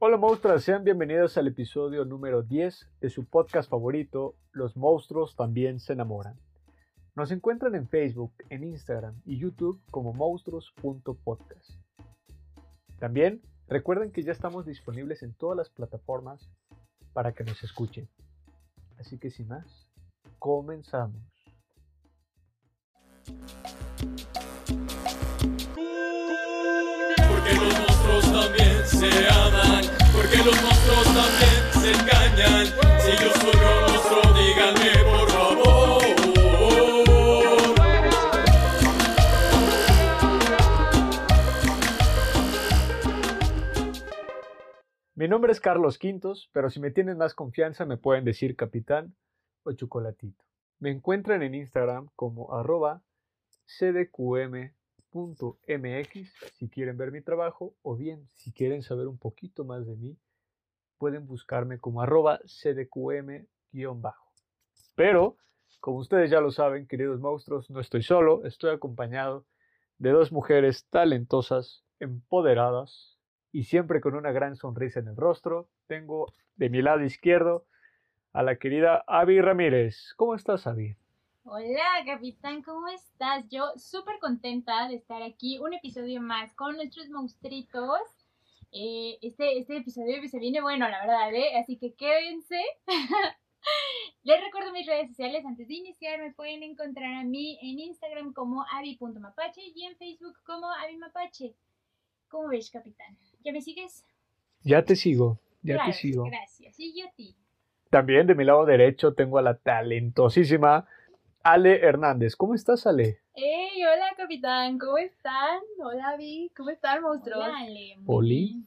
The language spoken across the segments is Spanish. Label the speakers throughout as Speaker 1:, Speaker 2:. Speaker 1: Hola monstruos, sean bienvenidos al episodio número 10 de su podcast favorito, Los monstruos también se enamoran. Nos encuentran en Facebook, en Instagram y YouTube como monstruos.podcast. También recuerden que ya estamos disponibles en todas las plataformas para que nos escuchen. Así que sin más, comenzamos.
Speaker 2: Porque los monstruos también se aman, porque los monstruos también se engañan. Si yo soy un monstruo, díganme por favor.
Speaker 1: Mi nombre es Carlos Quintos, pero si me tienen más confianza me pueden decir capitán o chocolatito. Me encuentran en Instagram como arroba cdqm.mx si quieren ver mi trabajo o bien si quieren saber un poquito más de mí pueden buscarme como arroba cdqm-bajo. Pero, como ustedes ya lo saben, queridos monstruos, no estoy solo, estoy acompañado de dos mujeres talentosas, empoderadas y siempre con una gran sonrisa en el rostro. Tengo de mi lado izquierdo a la querida Avi Ramírez. ¿Cómo estás, Avi?
Speaker 3: Hola, capitán, ¿cómo estás? Yo súper contenta de estar aquí un episodio más con nuestros monstruitos. Eh, este, este episodio se viene bueno, la verdad, ¿eh? Así que quédense. Les recuerdo mis redes sociales antes de iniciar. Me pueden encontrar a mí en Instagram como avi.mapache y en Facebook como avimapache. ¿Cómo ves, capitán? ¿Ya me sigues?
Speaker 1: Ya te sigo, ya te
Speaker 3: Claro,
Speaker 1: sigo.
Speaker 3: Gracias. Y yo a ti.
Speaker 1: También de mi lado derecho tengo a la talentosísima Ale Hernández. ¿Cómo estás, Ale?
Speaker 4: ¡Hey! Hola, capitán, ¿cómo están? Hola, Vi, ¿cómo están, monstruos?
Speaker 3: Hola, Ale, muy
Speaker 1: Oli.
Speaker 3: bien.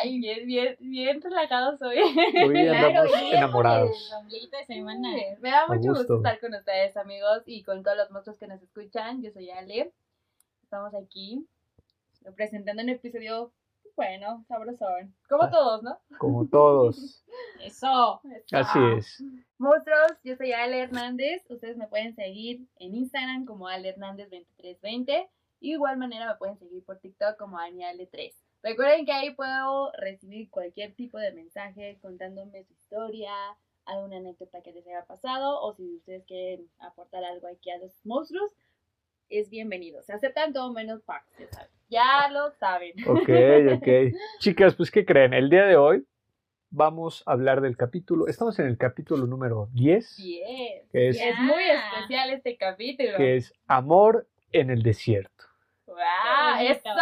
Speaker 4: Ay, bien, bien, bien relajados hoy.
Speaker 1: Hoy andamos
Speaker 3: Claro, bien,
Speaker 1: enamorados.
Speaker 3: el ombliguito de semana.
Speaker 4: Me da mucho
Speaker 1: gusto.
Speaker 4: gusto. estar con ustedes, amigos, y con todos los monstruos que nos escuchan. Yo soy Ale. Estamos aquí presentando un episodio, bueno, sabrosón. Como
Speaker 1: Ah.
Speaker 4: todos, ¿no?
Speaker 1: Como todos.
Speaker 3: Eso.
Speaker 1: Así
Speaker 3: Ah.
Speaker 1: es.
Speaker 4: Monstruos, yo soy Ale Hernández. Ustedes me pueden seguir en Instagram como Ale Hernández 2320. Y de igual manera me pueden seguir por TikTok como AniAle3. Recuerden que ahí puedo recibir cualquier tipo de mensaje contándome su historia, alguna anécdota que les haya pasado o si ustedes quieren aportar algo aquí a los monstruos, es bienvenido. Se aceptan todo menos packs, ya saben. Ya lo saben.
Speaker 1: Ok, ok. Chicas, pues ¿qué creen? El día de hoy vamos a hablar del capítulo. Estamos en el capítulo número 10,
Speaker 4: Yes.
Speaker 1: que es,
Speaker 3: Ya.
Speaker 4: Es muy especial este capítulo.
Speaker 1: que es Amor en el desierto.
Speaker 4: ¡Wow!
Speaker 3: Qué bonito.
Speaker 4: ¡Eso!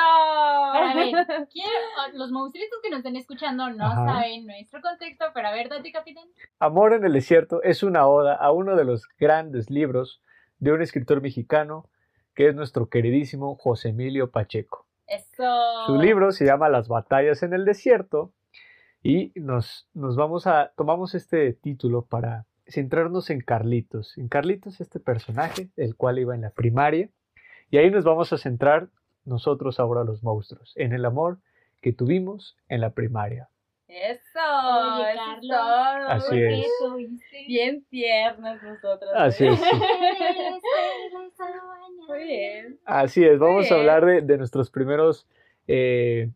Speaker 3: Para ver, ¿quién- o- los monstruitos que nos están escuchando no
Speaker 1: Ajá.
Speaker 3: saben nuestro contexto, pero a ver, date, capitán.
Speaker 1: Amor en el desierto es una oda a uno de los grandes libros de un escritor mexicano que es nuestro queridísimo José Emilio Pacheco.
Speaker 3: Eso.
Speaker 4: Ah.
Speaker 1: Su libro se llama Las batallas en el desierto y nos, nos vamos a tomamos este título para centrarnos en Carlitos. En Carlitos este personaje, el cual iba en la primaria, y ahí nos vamos a centrar nosotros ahora los monstruos, en el amor que tuvimos en la primaria.
Speaker 4: Eso,
Speaker 3: Oye,
Speaker 4: eso
Speaker 3: Carlos.
Speaker 4: todo.
Speaker 1: Así
Speaker 3: ¿Por qué
Speaker 1: es.
Speaker 3: tuviste
Speaker 4: Bien tiernos nosotros. ¿eh?
Speaker 1: Así es.
Speaker 3: que regresar mañana?
Speaker 4: Muy bien.
Speaker 1: Así es, vamos a
Speaker 4: bien.
Speaker 1: hablar de, de nuestros primeros eh,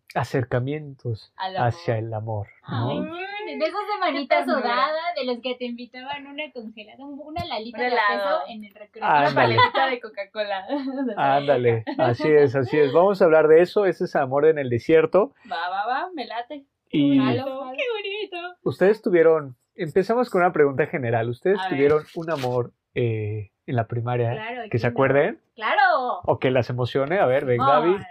Speaker 1: acercamientos
Speaker 4: Al amor.
Speaker 1: hacia el amor. ¿no?
Speaker 3: Ay, De esas de manita
Speaker 4: Qué ternura.
Speaker 3: sudada, de los que te invitaban una congelada, un- una lalita
Speaker 4: Un
Speaker 3: de
Speaker 4: helado.
Speaker 3: queso en el recreo.
Speaker 1: Ah,
Speaker 4: Una
Speaker 1: Ándale.
Speaker 4: paletita de Coca-Cola.
Speaker 1: Ándale, así es, así es. Vamos a hablar de eso, ese es amor en el desierto.
Speaker 4: Va, va, va, me late.
Speaker 1: Y
Speaker 4: Jalo,
Speaker 3: Aló,
Speaker 4: jalo.
Speaker 3: ¡Qué bonito!
Speaker 1: ustedes tuvieron, empezamos con una pregunta general, ¿ustedes
Speaker 4: A ver.
Speaker 1: tuvieron un amor eh, en la primaria
Speaker 3: Claro,
Speaker 1: que se
Speaker 3: ¿quién no?
Speaker 1: acuerden
Speaker 3: Claro.
Speaker 1: o que las emocione? A ver, ven, Gaby.
Speaker 4: A ver,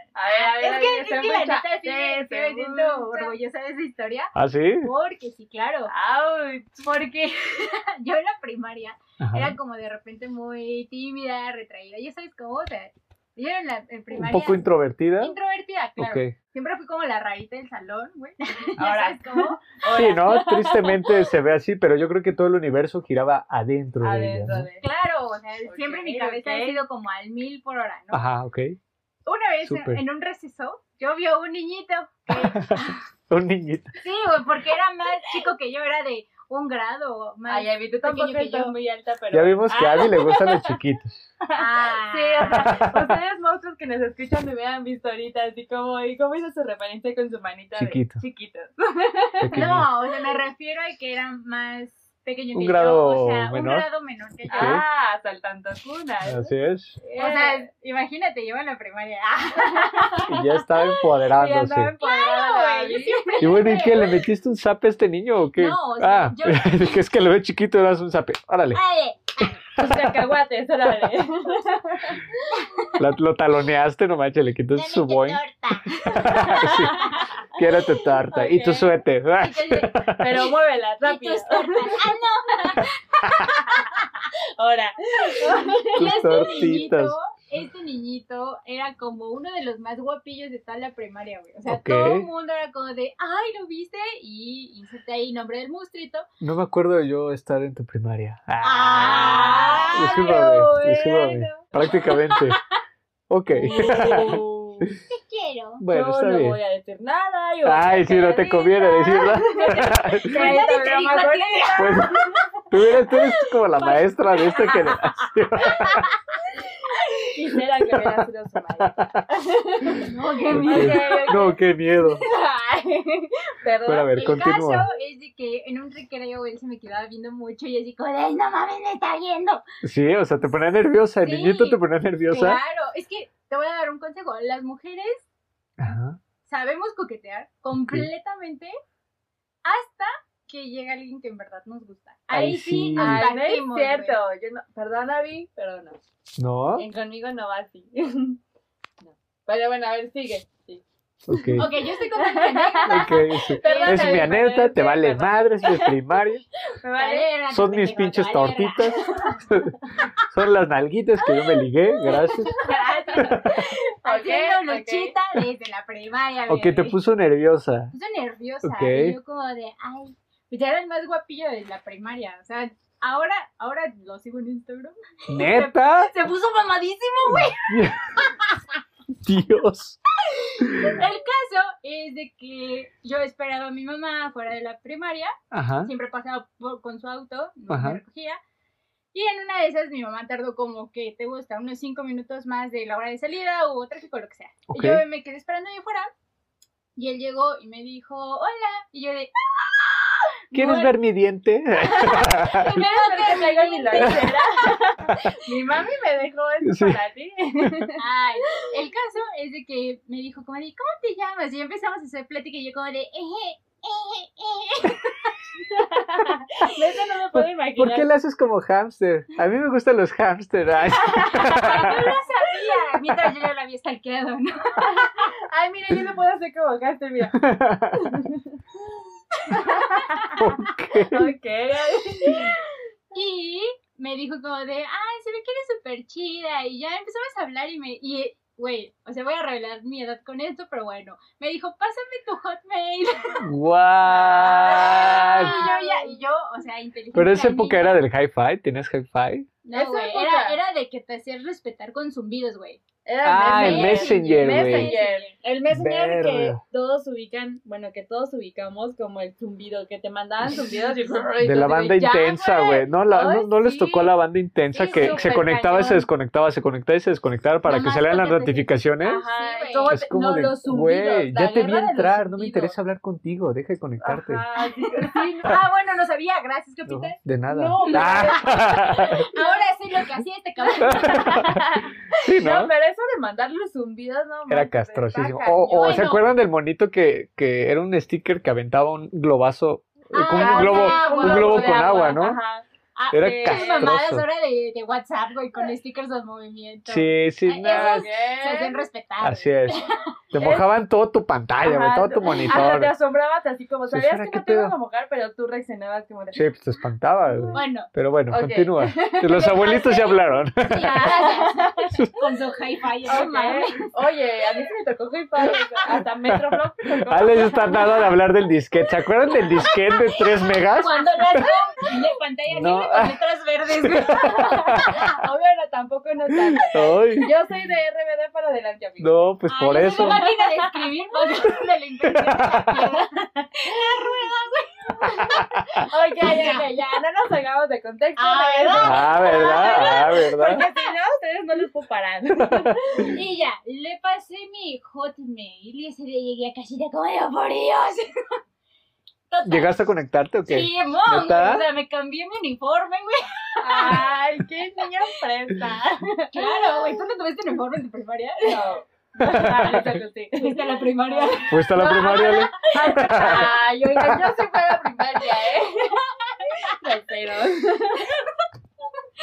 Speaker 4: a ver,
Speaker 3: Es
Speaker 4: a
Speaker 3: que,
Speaker 4: ver,
Speaker 3: es
Speaker 4: se
Speaker 3: que la
Speaker 4: mucha-
Speaker 3: neta sí, me- sí
Speaker 4: se
Speaker 3: me
Speaker 4: mucha.
Speaker 3: siento orgullosa de esa historia.
Speaker 1: ¿Ah, sí?
Speaker 3: Porque sí, claro.
Speaker 4: Ouch.
Speaker 3: Porque yo en la primaria
Speaker 1: Ajá.
Speaker 3: era como de repente muy tímida, retraída. Ya sabes cómo, o sea, yo en la en
Speaker 1: ¿Un
Speaker 3: primaria.
Speaker 1: poco introvertida?
Speaker 3: introvertida, claro.
Speaker 1: Ok.
Speaker 3: Siempre fui como la rarita del salón, güey. ya
Speaker 4: Ahora.
Speaker 3: sabes cómo.
Speaker 1: Sí,
Speaker 4: Ahora,
Speaker 1: ¿no? Tristemente se ve así, pero yo creo que todo el universo giraba adentro,
Speaker 4: adentro
Speaker 1: de ella. ¿no?
Speaker 4: de-
Speaker 3: Claro, o sea, siempre mi
Speaker 4: Ok,
Speaker 3: cabeza
Speaker 4: ok.
Speaker 3: ha sido como al mil por hora, ¿no?
Speaker 1: Ajá, ok.
Speaker 3: Una vez en-
Speaker 1: Ah, Súper.
Speaker 3: en un receso, yo vi a un niñito que
Speaker 1: Un niñito.
Speaker 3: Sí, güey, porque era más chico que yo, era de un grado más.
Speaker 4: Ay, Abby, tú tampoco
Speaker 3: pequeño que
Speaker 4: estás
Speaker 3: yo.
Speaker 4: muy alta, pero...
Speaker 1: Ya vimos que a Abby le gustan los chiquitos.
Speaker 3: Ah.
Speaker 4: Sí, o sea, ustedes monstruos que nos escuchan me hubieran visto ahorita, así como, ¿y cómo hizo su referencia con su manita
Speaker 1: Chiquito.
Speaker 4: de chiquitos?
Speaker 1: pequeñitos.
Speaker 3: No, o sea, me refiero a que era más pequeño
Speaker 1: Un
Speaker 3: que yo,
Speaker 1: grado
Speaker 3: o sea,
Speaker 1: menor.
Speaker 3: un grado menor que yo.
Speaker 1: Ok. Ah,
Speaker 4: Ah, saltando cunas.
Speaker 1: Así es.
Speaker 4: Eh,
Speaker 3: O sea, imagínate, yo en la primaria. Ah,
Speaker 1: Y ya está Ah,
Speaker 4: y andaba
Speaker 1: empoderándose.
Speaker 4: empoderada
Speaker 3: güey, yo
Speaker 4: Abby.
Speaker 3: siempre
Speaker 1: Y bueno, ¿y qué? ¿Le metiste un zape a este niño o qué?
Speaker 3: No, o sea,
Speaker 1: ah,
Speaker 3: yo-
Speaker 1: que es que lo ve chiquito, le das un zape. Órale,
Speaker 3: Ale,
Speaker 4: Sus cacahuates, órale.
Speaker 1: la- lo taloneaste, no manches, le quitas
Speaker 3: dame
Speaker 1: su
Speaker 3: tu
Speaker 1: boing.
Speaker 3: torta.
Speaker 1: sí. Quiero tu tarta y tu
Speaker 4: Ok.
Speaker 1: suéter. Ah,
Speaker 3: Y tú dices,
Speaker 4: Pero muévela,
Speaker 3: "Y
Speaker 4: rápido.
Speaker 3: tus tortas. Ah, no,
Speaker 4: Ahora,
Speaker 3: y
Speaker 1: Tus
Speaker 3: este
Speaker 1: tortitas.
Speaker 3: niñito, este niñito era como uno de los más guapillos de toda la primaria, güey. O sea,
Speaker 1: Ok.
Speaker 3: todo el mundo era como de, ay, ¿lo viste? Y hiciste ahí nombre del monstruito.
Speaker 1: No me acuerdo de yo estar en tu primaria.
Speaker 3: Ah,
Speaker 1: Ah, discúlpame, discúlpame. Prácticamente. Ok.
Speaker 4: uh,
Speaker 3: Te quiero.
Speaker 1: Bueno,
Speaker 4: yo
Speaker 1: está
Speaker 4: no
Speaker 1: bien.
Speaker 4: voy a decir nada. yo voy a
Speaker 1: Ay, si no te
Speaker 4: calladita.
Speaker 1: conviene decirla.
Speaker 4: Ya está
Speaker 3: Nadie te
Speaker 4: broma
Speaker 3: dijo a ti.
Speaker 4: bonita.
Speaker 1: Pues, tú eres, tú eres como la maestra de este esta generación.
Speaker 4: Quisiera que hubiera sido su madre.
Speaker 3: No,
Speaker 1: Ok.
Speaker 3: qué
Speaker 4: miedo. ok.
Speaker 1: No, qué miedo.
Speaker 4: Perdón.
Speaker 1: Pero a ver,
Speaker 3: el
Speaker 1: continúa.
Speaker 3: caso es de que en un recreo él se me quedaba viendo mucho y así como, de, "Ay, no mames, me está viendo.
Speaker 1: Sí, o sea, te ponía nerviosa. El
Speaker 3: Sí.
Speaker 1: niñito te ponía nerviosa.
Speaker 3: Claro, es que te voy a dar un consejo. Las mujeres
Speaker 1: Ajá.
Speaker 3: sabemos coquetear completamente hasta que llega alguien que en verdad nos gusta.
Speaker 1: Ahí
Speaker 3: Ahí sí
Speaker 1: sí.
Speaker 3: nos
Speaker 4: Ay, no es
Speaker 3: partimos, güey.
Speaker 4: cierto. Yo no, perdón, Abby, pero no.
Speaker 1: ¿No?
Speaker 4: En conmigo no va así. No. Pero bueno, a ver, sigue. Sí.
Speaker 1: Ok.
Speaker 3: Ok, yo estoy contando que anécdota.
Speaker 1: Ok, sí.
Speaker 4: Perdón,
Speaker 1: Es mi
Speaker 4: Abby,
Speaker 1: anécdota, te
Speaker 4: perdón,
Speaker 1: vale
Speaker 4: perdón.
Speaker 1: madre, es mi primaria.
Speaker 4: Me vale.
Speaker 3: Vale,
Speaker 1: Son
Speaker 3: vale,
Speaker 1: mis
Speaker 3: vale,
Speaker 1: pinches
Speaker 3: vale, vale.
Speaker 1: tortitas. Son las nalguitas que yo me ligué, gracias.
Speaker 3: Haciendo
Speaker 4: Ok, ok.
Speaker 3: luchita desde la primaria.
Speaker 1: O que te
Speaker 3: güey.
Speaker 1: puso nerviosa.
Speaker 3: Me puse nerviosa.
Speaker 1: Ok.
Speaker 3: Y yo como de, ay, pues ya era el más guapillo de la primaria. O sea, ahora, ahora lo sigo en Instagram.
Speaker 1: ¿Neta?
Speaker 3: Se puso mamadísimo.
Speaker 1: Dios.
Speaker 3: El caso es de que yo esperaba a mi mamá fuera de la primaria.
Speaker 1: Ajá.
Speaker 3: Siempre pasaba por- con su auto, no
Speaker 1: Ajá.
Speaker 3: me recogía. Y en una de esas mi mamá tardó como que, te gusta, unos cinco minutos más de la hora de salida o tráfico, lo que sea.
Speaker 1: Ok.
Speaker 3: Y yo me quedé esperando ahí afuera. Y él llegó y me dijo, hola. Y yo de, "Ah".
Speaker 1: ¿Quieres
Speaker 3: Bueno,
Speaker 1: ver mi diente?
Speaker 3: primero
Speaker 4: Pero que
Speaker 3: que
Speaker 4: traigo mi
Speaker 3: mi
Speaker 4: lonchera. Mi mami me dejó esto
Speaker 1: Sí.
Speaker 4: para ti.
Speaker 3: Ay, el caso es de que me dijo como de, ¿cómo te llamas? Y ya empezamos a hacer plática y yo como de, eje, eje, eje.
Speaker 4: Eso no me puedo imaginar.
Speaker 1: ¿Por qué la haces como hámster? A mí me gustan los hámster. Ay,
Speaker 3: Yo lo sabía. Mientras yo ya la había stalkeado, ¿no?
Speaker 4: Ay, mira, yo no puedo hacer como Caster, mira. Ok.
Speaker 3: Y me dijo como de, ay, se ve que eres súper chida. Y ya empezamos a hablar y me, y, güey, o sea, voy a revelar mi edad con esto, pero bueno. Me dijo, pásame tu hotmail.
Speaker 1: ¡Guau!
Speaker 3: Y yo ya, y yo, o sea, inteligente.
Speaker 1: Ah. Pero esa
Speaker 3: la
Speaker 1: época
Speaker 3: niña.
Speaker 1: era del hi-fi. ¿Tenías hi-fi?
Speaker 3: No,
Speaker 4: Esa
Speaker 3: güey,
Speaker 4: época.
Speaker 3: era, era de que te hacías respetar con zumbidos, güey.
Speaker 4: Era
Speaker 1: Ah, el Messenger, güey.
Speaker 4: Messenger. El Messenger que
Speaker 1: Verga.
Speaker 4: todos ubican, bueno, que todos ubicamos como el zumbido, que te mandaban zumbidos y...
Speaker 1: De la banda intensa, güey. No, la-
Speaker 4: Ay,
Speaker 1: no, no les
Speaker 4: sí.
Speaker 1: tocó la banda intensa
Speaker 4: Sí,
Speaker 1: que se
Speaker 4: súper
Speaker 1: conectaba y se
Speaker 4: cañón.
Speaker 1: desconectaba, se conectaba y se desconectaba para que
Speaker 3: Nomás
Speaker 1: salieran las
Speaker 3: porque te-
Speaker 1: notificaciones.
Speaker 4: Ajá,
Speaker 3: Sí, güey.
Speaker 4: como
Speaker 1: Es
Speaker 4: te-
Speaker 1: como
Speaker 4: no,
Speaker 1: de,
Speaker 4: los zumbidos.
Speaker 1: güey,
Speaker 4: la
Speaker 1: ya te vi
Speaker 4: guerra de los
Speaker 1: entrar, no me
Speaker 4: zumbidos.
Speaker 1: interesa hablar contigo, deja de conectarte.
Speaker 4: Ajá, sí, sí, no.
Speaker 3: Ah, bueno, no sabía, gracias,
Speaker 1: No,
Speaker 3: capitán.
Speaker 1: de nada.
Speaker 4: No, pero-
Speaker 1: Ah.
Speaker 3: Ahora sé lo que hacía este cabrón.
Speaker 1: sí,
Speaker 4: No,
Speaker 1: ¿no?
Speaker 4: pero eso de mandar los zumbidos, no
Speaker 1: Era
Speaker 4: manches,
Speaker 1: castrosísimo.
Speaker 4: está
Speaker 1: O, o,
Speaker 4: cañón.
Speaker 1: ¿se
Speaker 3: Bueno.
Speaker 1: acuerdan del monito que, que era un sticker que aventaba un globazo, eh, con
Speaker 3: Ah,
Speaker 1: un globo,
Speaker 3: ya,
Speaker 1: un globo
Speaker 4: de
Speaker 1: con agua, ¿no?
Speaker 4: Ajá.
Speaker 3: Ah,
Speaker 1: Era
Speaker 3: eh,
Speaker 1: castroso.
Speaker 3: mamadas ahora de, de WhatsApp, güey, con stickers del movimiento.
Speaker 1: Sí, sí,
Speaker 4: Eh,
Speaker 3: Ay,
Speaker 1: nah,
Speaker 3: esos- Se hacían respetar.
Speaker 1: así es. Te mojaban todo tu pantalla, güey,
Speaker 4: Ajá,
Speaker 1: todo tu
Speaker 4: Ajá,
Speaker 1: monitor.
Speaker 4: te asombrabas así como
Speaker 1: Sí,
Speaker 4: sabías
Speaker 1: ¿será
Speaker 4: que
Speaker 1: que
Speaker 4: no te ibas
Speaker 1: pedo?
Speaker 4: a mojar, pero tú reaccionabas como de.
Speaker 1: Sí, pues te espantaba, güey.
Speaker 3: Bueno,
Speaker 1: Pero bueno,
Speaker 4: Ok.
Speaker 1: continúa. Los abuelitos ya hablaron.
Speaker 3: sí, gracias. con su hi-fi.
Speaker 4: Ok.
Speaker 3: no mames.
Speaker 4: Oye, a mí se me tocó hi-fi, o sea, hasta Metroflop me tocó.
Speaker 1: Alex Ah, está nada de hablar del disquete. ¿Se acuerdan del disquete de 3 megas?
Speaker 3: Cuando las dos de pantalla
Speaker 1: No.
Speaker 3: negra con letras verdes, güey.
Speaker 4: Ah, bueno, tampoco no tanto.
Speaker 1: Ay,
Speaker 4: Yo soy de RBD para adelante, amigo.
Speaker 1: no, pues
Speaker 3: Ay,
Speaker 1: por
Speaker 3: no me
Speaker 1: eso.
Speaker 3: imagino de escribir porque de la impresión.
Speaker 4: Oye, ya, ya,
Speaker 1: Ah, ¿verdad?
Speaker 4: Porque si no, ustedes no los puedo parar. Yo
Speaker 3: Y ya, le pasé mi hotmail y ese día llegué a casita como digo, por Dios. Total.
Speaker 1: ¿Llegaste a conectarte o qué?
Speaker 3: Sí, mon,
Speaker 1: ¿Neta?
Speaker 3: o sea, me cambié mi uniforme, güey.
Speaker 4: Ay, qué niña fresa.
Speaker 3: Claro, güey, ¿tú no tuviste uniforme en tu primaria?
Speaker 4: No. Ah, exacto, sí.
Speaker 3: Fuiste a la primaria.
Speaker 1: Fuiste a la primaria, Ale?
Speaker 4: Ay, oigan, yo sí fui a la primaria, ¿eh? Solteros.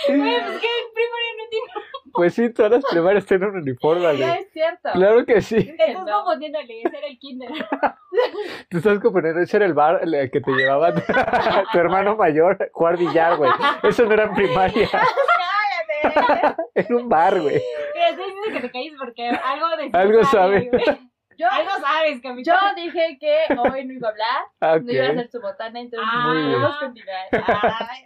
Speaker 3: Güey, pues que primaria no tiene.
Speaker 1: Pues sí, todas las primarias tienen un uniforme,
Speaker 4: No
Speaker 1: Ale.
Speaker 4: es cierto.
Speaker 1: Claro que sí.
Speaker 3: Te estás
Speaker 4: No.
Speaker 3: confundiéndole, ese era el kinder.
Speaker 1: Tú sabes que poner ese era el bar el que te llevaba tu hermano mayor a jugar billar, güey. Eso no era en primaria,
Speaker 4: Cállate.
Speaker 1: era un bar, güey.
Speaker 3: Mira, estoy diciendo que te caíste porque algo de.
Speaker 1: Algo
Speaker 3: sabe,
Speaker 1: sabe.
Speaker 3: güey.
Speaker 4: Yo,
Speaker 3: Algo sabes, capitán.
Speaker 4: yo dije que hoy no iba a hablar,
Speaker 1: Ah,
Speaker 4: no iba a
Speaker 1: Ok,
Speaker 4: hacer su botana, entonces
Speaker 3: Ah.
Speaker 1: Muy bien.
Speaker 4: podemos continuar.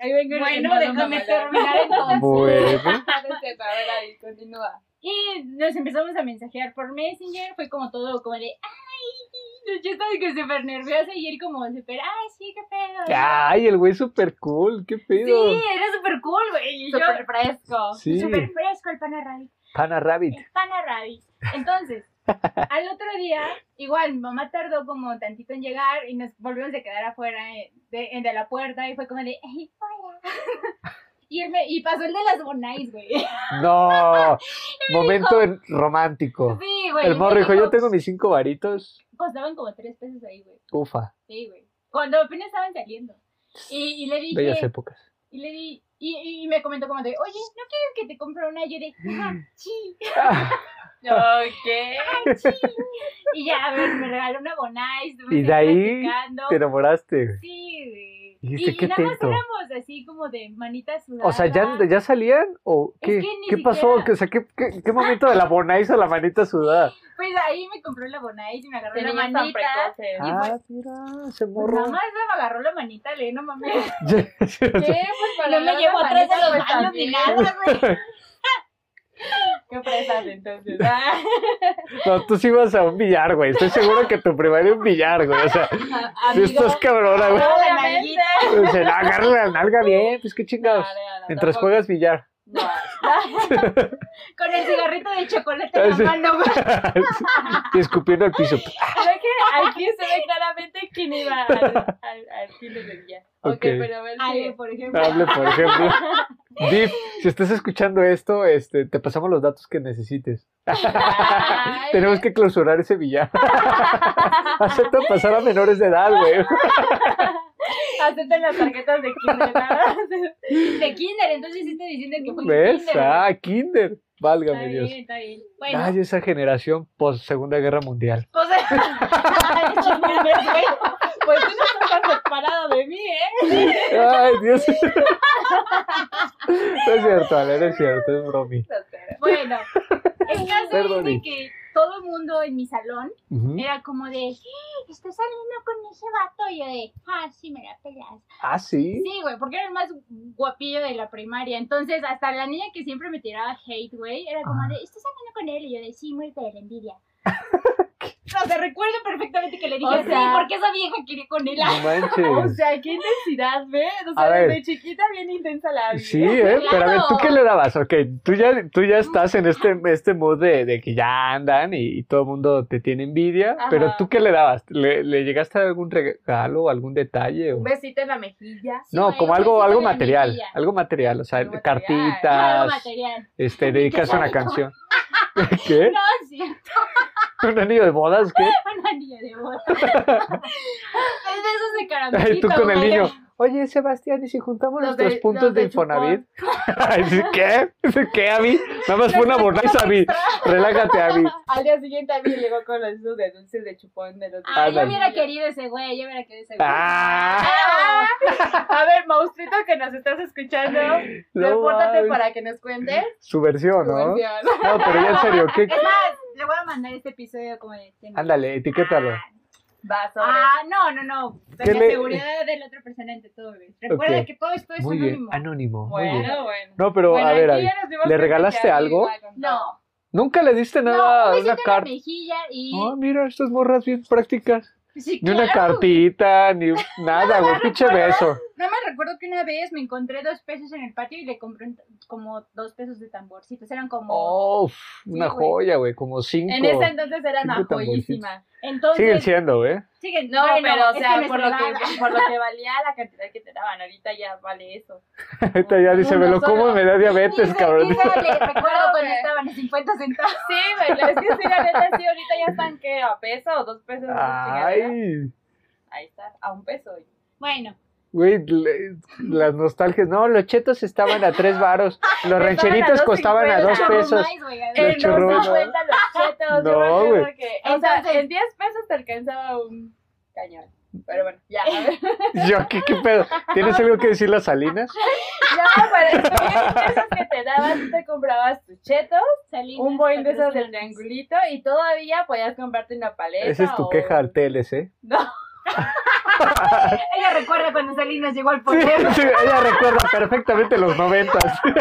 Speaker 3: Ay, venga,
Speaker 4: Bueno,
Speaker 3: no,
Speaker 4: déjame
Speaker 3: no, no,
Speaker 4: terminar entonces.
Speaker 1: bueno.
Speaker 4: Ah, no es cierto, a ver, David, continúa.
Speaker 3: Y nos empezamos a mensajear por Messenger, fue como todo como de, ay, yo estaba de que súper nerviosa y él como súper, ay, sí, qué pedo. ¿no?".
Speaker 1: Ay, el güey súper cool, qué pedo.
Speaker 3: Sí, era súper cool, güey. Y yo,
Speaker 4: Súper fresco.
Speaker 1: Sí,
Speaker 3: súper fresco el pana Rabbit,
Speaker 1: Pana Rabbit.
Speaker 3: el pana Rabbit. Entonces, al otro día, igual, mi mamá tardó como tantito en llegar y nos volvimos a quedar afuera eh, de, de la puerta y fue como de, ay, hola. Y, él me- y pasó el de las Bonais, güey.
Speaker 1: No, momento en- romántico.
Speaker 3: Sí, güey.
Speaker 1: El morro dijo,
Speaker 3: México
Speaker 1: yo tengo mis cinco varitos.
Speaker 3: Costaban como tres pesos ahí, güey.
Speaker 1: Ufa,
Speaker 3: Sí, güey. Cuando apenas estaban saliendo. Y, y le dije,
Speaker 1: bellas épocas.
Speaker 3: y le di, y, y me comentó como de, oye, ¿no quieres que te compre una? Y yo de, "Ah,
Speaker 1: Mm.
Speaker 3: sí,
Speaker 4: Ok.
Speaker 3: sí. y ya, a ver, me regaló una Bonais.
Speaker 1: Y de ahí Te enamoraste. güey.
Speaker 3: Sí, güey.
Speaker 1: Dijiste,
Speaker 3: y
Speaker 1: "Qué
Speaker 3: nada más
Speaker 1: teto".
Speaker 3: éramos así como de manitas
Speaker 1: O sea, ¿ya,
Speaker 3: sudadas.
Speaker 1: ya salían? ¿O
Speaker 3: Es
Speaker 1: qué,
Speaker 3: que ni
Speaker 1: qué pasó?
Speaker 3: siquiera-
Speaker 1: O sea, ¿qué, qué, qué momento de la bonaiza a la manita sudada?
Speaker 3: Pues ahí me compró la Bonais y me agarró la
Speaker 4: Tenía tan
Speaker 3: manita.
Speaker 4: precoces.
Speaker 1: Ah, mira, se
Speaker 3: Pues
Speaker 1: morro.
Speaker 3: nada más me agarró la manita, le no mames.
Speaker 4: ¿Qué? Pues para
Speaker 3: No me
Speaker 4: las
Speaker 3: llevó atrás de
Speaker 4: manitas,
Speaker 3: los
Speaker 4: pues,
Speaker 3: manos ni
Speaker 4: también.
Speaker 3: nada, güey.
Speaker 4: Qué fresas entonces. Ah,
Speaker 1: No, tú sí ibas a un billar, güey. Estoy seguro que tu primaria era un billar, güey. O sea, si estás cabrona, güey.
Speaker 3: Toda la
Speaker 4: Obviamente.
Speaker 3: nalguita.
Speaker 1: O sea, la agarra la nalga bien, pues qué chingados. Mientras
Speaker 4: juegas
Speaker 1: juegas billar.
Speaker 4: No.
Speaker 3: Con el cigarrito de chocolate en
Speaker 1: Sí.
Speaker 3: la mano, güey.
Speaker 1: y escupiendo al piso.
Speaker 4: Creo que aquí se ve claramente quién iba al, al, al kinder de Villa. Ok,
Speaker 1: Ok.
Speaker 4: pero a ver
Speaker 3: Ale,
Speaker 4: si...
Speaker 3: por ejemplo.
Speaker 1: Hable, por ejemplo. Div, si estás escuchando esto, este, te pasamos los datos que necesites.
Speaker 4: Ay,
Speaker 1: Tenemos que clausurar ese billar. Acepta pasar a menores de edad, güey.
Speaker 4: Acepten las tarjetas de Pues, kinder, nada más.
Speaker 3: De kinder, entonces sí estoy diciendo que fue
Speaker 1: ¿Ves?
Speaker 3: kinder.
Speaker 1: Ah, kinder.
Speaker 3: está
Speaker 1: Válgame
Speaker 3: bien,
Speaker 1: Dios.
Speaker 3: está bien. Bueno,
Speaker 1: Ay, esa generación post Segunda Guerra Mundial.
Speaker 3: pues... Ay, estos memes, güey. Pues tú no estás tan separado de mí, ¿eh?
Speaker 1: Ay, Dios. No es cierto, Ale, no es cierto, es bromi.
Speaker 3: Bueno, el caso
Speaker 1: Perdón,
Speaker 3: es de
Speaker 1: Liz.
Speaker 3: que todo el mundo en mi salón
Speaker 1: Ujú.
Speaker 3: era como de, "Eh, estás saliendo con ese vato. Y yo de, ah, sí, me la pelas.
Speaker 1: Ah, sí.
Speaker 3: Sí, güey, porque era el más guapillo de la primaria. Entonces, hasta la niña que siempre me tiraba hate, güey, era como
Speaker 1: Ah.
Speaker 3: de, ¿estás hablando con él? Y yo de, sí, muerte de la envidia. o sea, recuerdo perfectamente que le dije,
Speaker 4: O sea-
Speaker 3: sí, porque esa vieja quería con él.
Speaker 1: No
Speaker 4: O
Speaker 1: manches.
Speaker 4: sea, qué intensidad, ¿ves? O
Speaker 1: A
Speaker 4: sea,
Speaker 1: ver.
Speaker 4: desde chiquita bien intensa la vida.
Speaker 1: Sí, ¿eh? Pero a ver, ¿tú qué le dabas? Ok, tú ya, tú ya estás en este, este mood de, de que ya andan y, y todo el mundo te tiene envidia.
Speaker 4: Ajá.
Speaker 1: Pero ¿tú qué le dabas? ¿Le, le llegaste a algún regalo o algún detalle? o-
Speaker 4: Un besito en la mejilla.
Speaker 3: Sí,
Speaker 1: No,
Speaker 3: güey,
Speaker 1: como
Speaker 3: un
Speaker 1: algo,
Speaker 3: besito
Speaker 1: algo
Speaker 3: en la
Speaker 1: material.
Speaker 3: mejilla.
Speaker 1: Algo material, o sea,
Speaker 4: Algo material.
Speaker 3: Algo
Speaker 1: cartitas,
Speaker 3: material.
Speaker 1: este, dedicas una
Speaker 3: rico.
Speaker 1: canción. ¿Qué?
Speaker 3: No, sí,
Speaker 1: ¿Un anillo de bodas? ¿Qué?
Speaker 3: una niña de boda. es de esos de caramelito,
Speaker 1: Tú con el
Speaker 3: güey.
Speaker 1: niño. Oye, Sebastián, ¿y si juntamos
Speaker 4: Los
Speaker 1: nuestros
Speaker 4: de-
Speaker 1: puntos
Speaker 4: los
Speaker 1: de
Speaker 4: de
Speaker 1: Infonavit? Ay, sí, ¿Qué? ¿Qué, Abby? Nada más fue una borracha, Abby. Relájate, Abby.
Speaker 4: Al día siguiente a mí llegó con los esos de dulces de chupón de los
Speaker 3: Ah, yo
Speaker 1: Ándale.
Speaker 3: hubiera querido ese güey, yo hubiera querido ese güey.
Speaker 1: Ah,
Speaker 4: A ver, Maustrito, que nos estás escuchando,
Speaker 1: no
Speaker 4: repórtate
Speaker 1: mames.
Speaker 4: para que nos cuentes.
Speaker 1: Su versión,
Speaker 4: tu
Speaker 1: ¿no?
Speaker 4: versión.
Speaker 1: No, pero ya en serio, ¿qué?
Speaker 3: Es más, le voy a mandar este episodio como de... tema.
Speaker 1: Ándale, etiquétalo.
Speaker 4: Va sobre-
Speaker 3: Ah, no, no, no.
Speaker 1: ¿Qué
Speaker 3: La
Speaker 1: le-
Speaker 3: seguridad de la otra persona ante todo. güey. Recuerda
Speaker 1: Ok.
Speaker 3: que todo esto es
Speaker 1: Muy bien, Ah,
Speaker 3: anónimo.
Speaker 1: anónimo. muy bien.
Speaker 4: bueno, bueno.
Speaker 1: No, pero
Speaker 4: Bueno,
Speaker 1: a ver,
Speaker 4: aquí
Speaker 1: Abby.
Speaker 4: ya nos dimos
Speaker 1: ¿le
Speaker 4: cuenta
Speaker 1: regalaste
Speaker 4: que Abby
Speaker 1: algo?
Speaker 4: iba con todo.
Speaker 3: No,
Speaker 1: ¿Nunca le diste
Speaker 3: no,
Speaker 1: nada
Speaker 3: un
Speaker 1: a
Speaker 3: besito
Speaker 1: una
Speaker 3: en la
Speaker 1: carta?
Speaker 3: mejilla y...
Speaker 1: Ah, mira, estas morras bien prácticas.
Speaker 3: Sí,
Speaker 1: Ni una
Speaker 3: claro.
Speaker 1: cartita, ni nada, güey, pinche beso.
Speaker 3: No me recuerdo que una vez me encontré dos pesos en el patio y le compré un- como dos pesos de tamborcitos. Eran como.
Speaker 1: Oh, uf, una
Speaker 3: güey.
Speaker 1: joya, güey, como cinco.
Speaker 4: En ese entonces era una
Speaker 1: Cinco
Speaker 4: joyísima.
Speaker 1: Siguen
Speaker 3: Entonces.
Speaker 1: siendo, ¿eh?
Speaker 3: siguen-
Speaker 4: No,
Speaker 3: bueno,
Speaker 4: pero o
Speaker 3: es que
Speaker 4: sea,
Speaker 3: nuestra
Speaker 4: por lo,
Speaker 3: edad-
Speaker 4: que, por lo que valía la cantidad que te daban, ahorita ya vale eso.
Speaker 1: Ahorita ya dice,
Speaker 4: Uno
Speaker 1: me lo como
Speaker 4: solo.
Speaker 1: y me da diabetes,
Speaker 3: Dice-
Speaker 1: Este cabrón.
Speaker 3: dice que recuerdo cuando
Speaker 4: güey.
Speaker 3: estaban a 50 centavos.
Speaker 4: Sí, güey, es que sí, la neta, sí, ahorita ya están, ¿qué? ¿A peso o dos pesos? esas chingaderas?
Speaker 1: Ay,
Speaker 4: Ahí está, a un peso.
Speaker 3: Bueno,
Speaker 1: güey, le- las nostalgias. No, los chetos estaban a tres varos. Los
Speaker 4: a
Speaker 1: rancheritos
Speaker 4: dos
Speaker 1: costaban a
Speaker 4: cincuenta.
Speaker 1: dos
Speaker 3: los
Speaker 1: pesos.
Speaker 3: churrumais, güey, a
Speaker 1: Los
Speaker 4: En
Speaker 3: ver.
Speaker 4: los
Speaker 1: churros,
Speaker 4: 50 los chetos,
Speaker 1: No,
Speaker 4: yo me acuerdo
Speaker 1: güey.
Speaker 4: que, o sea,
Speaker 3: Entonces-
Speaker 4: en 10 pesos te alcanzaba un cañón. Pero bueno, ya, a ver.
Speaker 1: Yo, ¿qué, qué pedo? ¿Tienes algo que decir las salinas?
Speaker 4: Ya, para esos 10 pesos que te daban, tú te comprabas tus chetos,
Speaker 3: Salinas,
Speaker 4: un boing de esos del
Speaker 3: patrocínanos.
Speaker 4: triangulito y todavía podías comprarte una paleta.
Speaker 1: Esa es tu
Speaker 4: o-
Speaker 1: queja ¿eh? al TLC.
Speaker 4: No,
Speaker 3: Ella recuerda cuando Salinas llegó al
Speaker 1: Sí,
Speaker 3: poder.
Speaker 1: sí, ella recuerda perfectamente los noventas.
Speaker 4: obvio,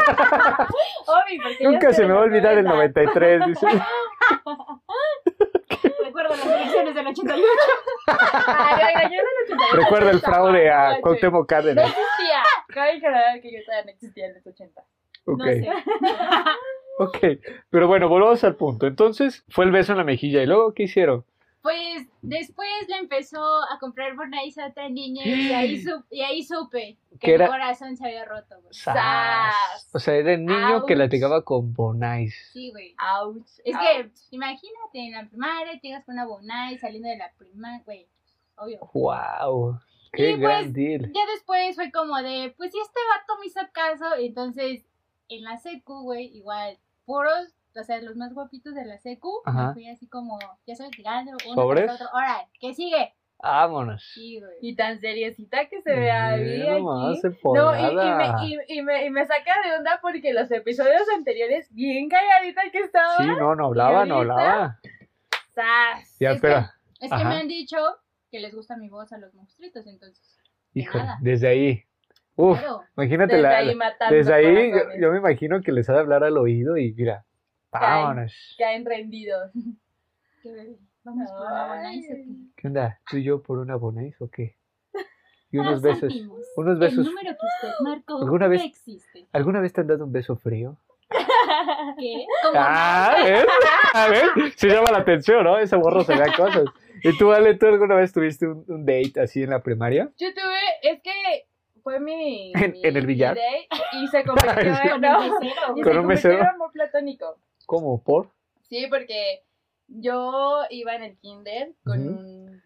Speaker 4: porque yo
Speaker 1: Nunca
Speaker 4: soy
Speaker 1: se
Speaker 4: de
Speaker 1: me va a
Speaker 4: los
Speaker 1: olvidar el
Speaker 4: 90.
Speaker 1: 93, dice.
Speaker 3: Recuerdo las elecciones del 88.
Speaker 4: Ay, oiga, yo en el 88
Speaker 1: Recuerda el
Speaker 4: estaba,
Speaker 1: fraude a
Speaker 4: oye.
Speaker 1: Cuauhtémoc
Speaker 4: No
Speaker 1: Cárdenas.
Speaker 4: existía. Cabe aclarar que yo todavía no existía en los 80.
Speaker 1: Ok,
Speaker 4: No sé.
Speaker 1: ok. Pero bueno, volvamos al punto. Entonces, fue el beso en la mejilla. ¿Y luego qué hicieron?
Speaker 3: Pues después le empezó a comprar Bonais a otra niña y ahí, su- y ahí supe
Speaker 1: ¿Qué
Speaker 3: que mi
Speaker 1: era?
Speaker 3: corazón se había roto, güey.
Speaker 1: ¡Sas! O sea, era el niño que
Speaker 4: Ouch.
Speaker 1: latigaba con Bonais.
Speaker 3: Sí, güey.
Speaker 4: Ouch.
Speaker 3: Es
Speaker 4: ouch.
Speaker 3: que imagínate en la primaria, llegas con una Bonai saliendo de la primaria, güey. Obvio.
Speaker 1: ¡Wow! ¡Qué
Speaker 3: Y,
Speaker 1: gran
Speaker 3: pues,
Speaker 1: deal!
Speaker 3: Ya después fue como de, pues si este vato me hizo caso, entonces en la secu, güey, igual, puros, o sea, los más guapitos de la secu,
Speaker 1: Ajá.
Speaker 3: me fui así como, ya sabes, tirando uno
Speaker 1: ¿Sobres?
Speaker 3: tras otro. Ahora, ¿qué sigue?
Speaker 1: ¡Vámonos!
Speaker 3: Sí, güey.
Speaker 4: Y tan seriecita que se vea ahí
Speaker 1: Mira nomás,
Speaker 4: aquí. No, y, y
Speaker 1: empoderada.
Speaker 4: me, y, y me, y me saca de onda porque los episodios anteriores, bien calladita que estaba.
Speaker 1: Sí, no, no hablaba, no
Speaker 4: ahorita-
Speaker 1: hablaba.
Speaker 4: ¡Sas!
Speaker 1: Ya,
Speaker 3: Es que-
Speaker 1: espera.
Speaker 3: Es que
Speaker 1: Ajá.
Speaker 3: me han dicho que les gusta mi voz a los monstruitos, entonces.
Speaker 1: Híjole,
Speaker 3: nada.
Speaker 1: desde ahí. Uf,
Speaker 3: Claro.
Speaker 1: imagínate
Speaker 4: Desde
Speaker 1: la,
Speaker 4: ahí matando.
Speaker 1: Desde ahí yo,
Speaker 4: corazones.
Speaker 1: yo me imagino que les ha de hablar al oído y mira,
Speaker 4: Ay.
Speaker 1: vámonos.
Speaker 4: Caen rendidos.
Speaker 3: que Vamos por la bonanza.
Speaker 4: Ay.
Speaker 1: ¿Qué onda? ¿Tú y yo por una bonais o qué? Y
Speaker 3: Para
Speaker 1: unos besos.
Speaker 3: Santimos,
Speaker 1: Unos
Speaker 3: El
Speaker 1: besos.
Speaker 3: número que usted marcó
Speaker 1: ¿Alguna
Speaker 3: no
Speaker 1: vez?
Speaker 3: existe.
Speaker 1: ¿Alguna vez te han dado un beso frío?
Speaker 3: ¿Qué? Como
Speaker 1: Ah, ¿ves? A ver, se llama la atención, ¿no? Ese borro se vea cosas. ¿Y tú, Ale, tú alguna vez tuviste un, un date así en la primaria?
Speaker 4: Yo tuve, es que fue mi.
Speaker 1: En-
Speaker 4: mi-
Speaker 1: en el
Speaker 4: mi
Speaker 1: billar.
Speaker 4: date Y se convirtió
Speaker 1: Sí.
Speaker 4: en.
Speaker 3: con
Speaker 4: No,
Speaker 3: el mesero, güey.
Speaker 4: y se
Speaker 1: Con un
Speaker 4: convirtió en
Speaker 1: mesero.
Speaker 4: amor platónico.
Speaker 1: ¿Cómo? ¿Por?
Speaker 4: Sí, porque yo iba en el kinder con
Speaker 1: Ujú.
Speaker 4: un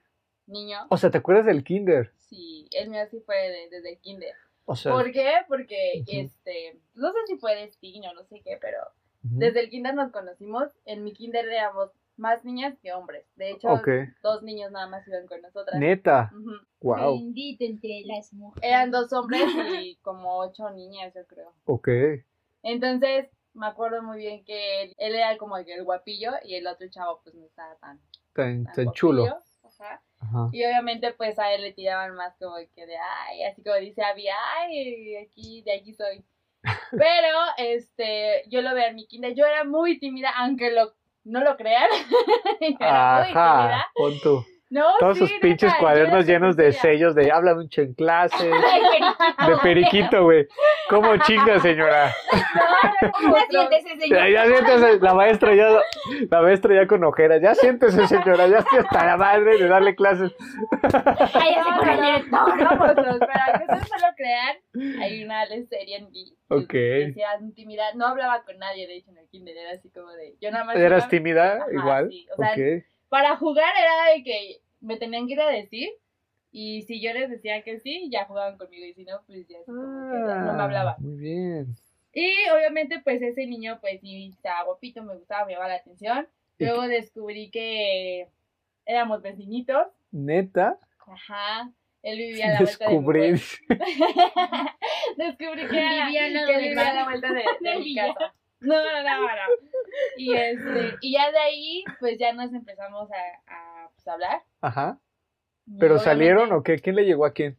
Speaker 4: niño.
Speaker 1: O sea, ¿te acuerdas del kinder?
Speaker 4: Sí, el mío sí fue de- desde el kinder.
Speaker 1: O sea,
Speaker 4: ¿Por qué? Porque,
Speaker 1: Ujú.
Speaker 4: este, no sé si fue destino, no sé qué, pero
Speaker 1: ujú.
Speaker 4: desde el kinder nos conocimos. En mi kinder éramos más niñas que hombres. De hecho,
Speaker 1: ok.
Speaker 4: dos niños nada más iban con nosotras.
Speaker 1: Neta,
Speaker 4: Ujú.
Speaker 1: wow,
Speaker 3: Bendito entre las mujeres.
Speaker 4: Eran dos hombres y como ocho niñas, yo creo.
Speaker 1: ok.
Speaker 4: Entonces, me acuerdo muy bien que él, él era como el, el guapillo y el otro chavo pues no estaba tan,
Speaker 1: Tan,
Speaker 4: tan
Speaker 1: tan chulo.
Speaker 4: guapillo. Ajá.
Speaker 1: Ajá.
Speaker 4: Y obviamente pues a él le tiraban más como que de ay, así como dice Abby, ay, aquí, de aquí soy. Pero este, yo lo veía en mi kinder, yo era muy tímida, aunque lo no lo crean. yo era muy
Speaker 1: Ajá,
Speaker 4: tímida.
Speaker 1: pon tú.
Speaker 4: No,
Speaker 1: Todos
Speaker 4: Oh, sí,
Speaker 1: sus
Speaker 4: neta,
Speaker 1: pinches
Speaker 4: yo
Speaker 1: cuadernos
Speaker 4: era
Speaker 1: llenos de
Speaker 4: tímida.
Speaker 1: sellos de habla mucho en clase, de
Speaker 3: Ay, periquito.
Speaker 1: periquito, güey. ¿Cómo chinga, señora?
Speaker 4: No,
Speaker 3: Ya
Speaker 4: era como
Speaker 3: siéntese,
Speaker 1: Ya,
Speaker 3: señor.
Speaker 1: ya siéntese, la maestra ya, la maestra ya con ojeras. Ya siéntese, señora, ya estoy hasta la madre de darle clases.
Speaker 3: Cállese
Speaker 4: No,
Speaker 3: con el
Speaker 4: no,
Speaker 3: director.
Speaker 4: no, monstruos, pero aunque ustedes no lo crean, hay una les serie en mí. que-
Speaker 1: Ok.
Speaker 4: que sea tímida, no hablaba con nadie, de hecho, en el kinder, era así como de, yo nada más...
Speaker 1: ¿Eras
Speaker 4: iba-
Speaker 1: tímida?
Speaker 4: Ajá,
Speaker 1: Igual.
Speaker 4: sí, o sea,
Speaker 1: Ok.
Speaker 4: para jugar era de que me tenían que ir a decir y si yo les decía que sí, ya jugaban conmigo y si no, pues ya así como que no me
Speaker 1: Ah,
Speaker 4: hablaba.
Speaker 1: Muy bien.
Speaker 4: Y obviamente pues ese niño pues sí estaba guapito, me gustaba, me llamaba la atención.
Speaker 1: ¿Y
Speaker 4: Luego descubrí que éramos vecinitos.
Speaker 1: Neta,
Speaker 4: Ajá. Él vivía a la vuelta de mi
Speaker 1: descubrí.
Speaker 4: vuelta. Descubrí que era-
Speaker 3: Vivía al lado
Speaker 4: que
Speaker 3: del
Speaker 4: vivía a
Speaker 3: mar.
Speaker 4: la vuelta de, de
Speaker 3: Del
Speaker 4: mi
Speaker 3: billar.
Speaker 4: casa. No, no, no, no. Y, este, y ya de ahí, pues ya nos empezamos a, a pues, hablar.
Speaker 1: Ajá. ¿Pero salieron
Speaker 4: o
Speaker 1: o qué? ¿Quién le llegó a quién?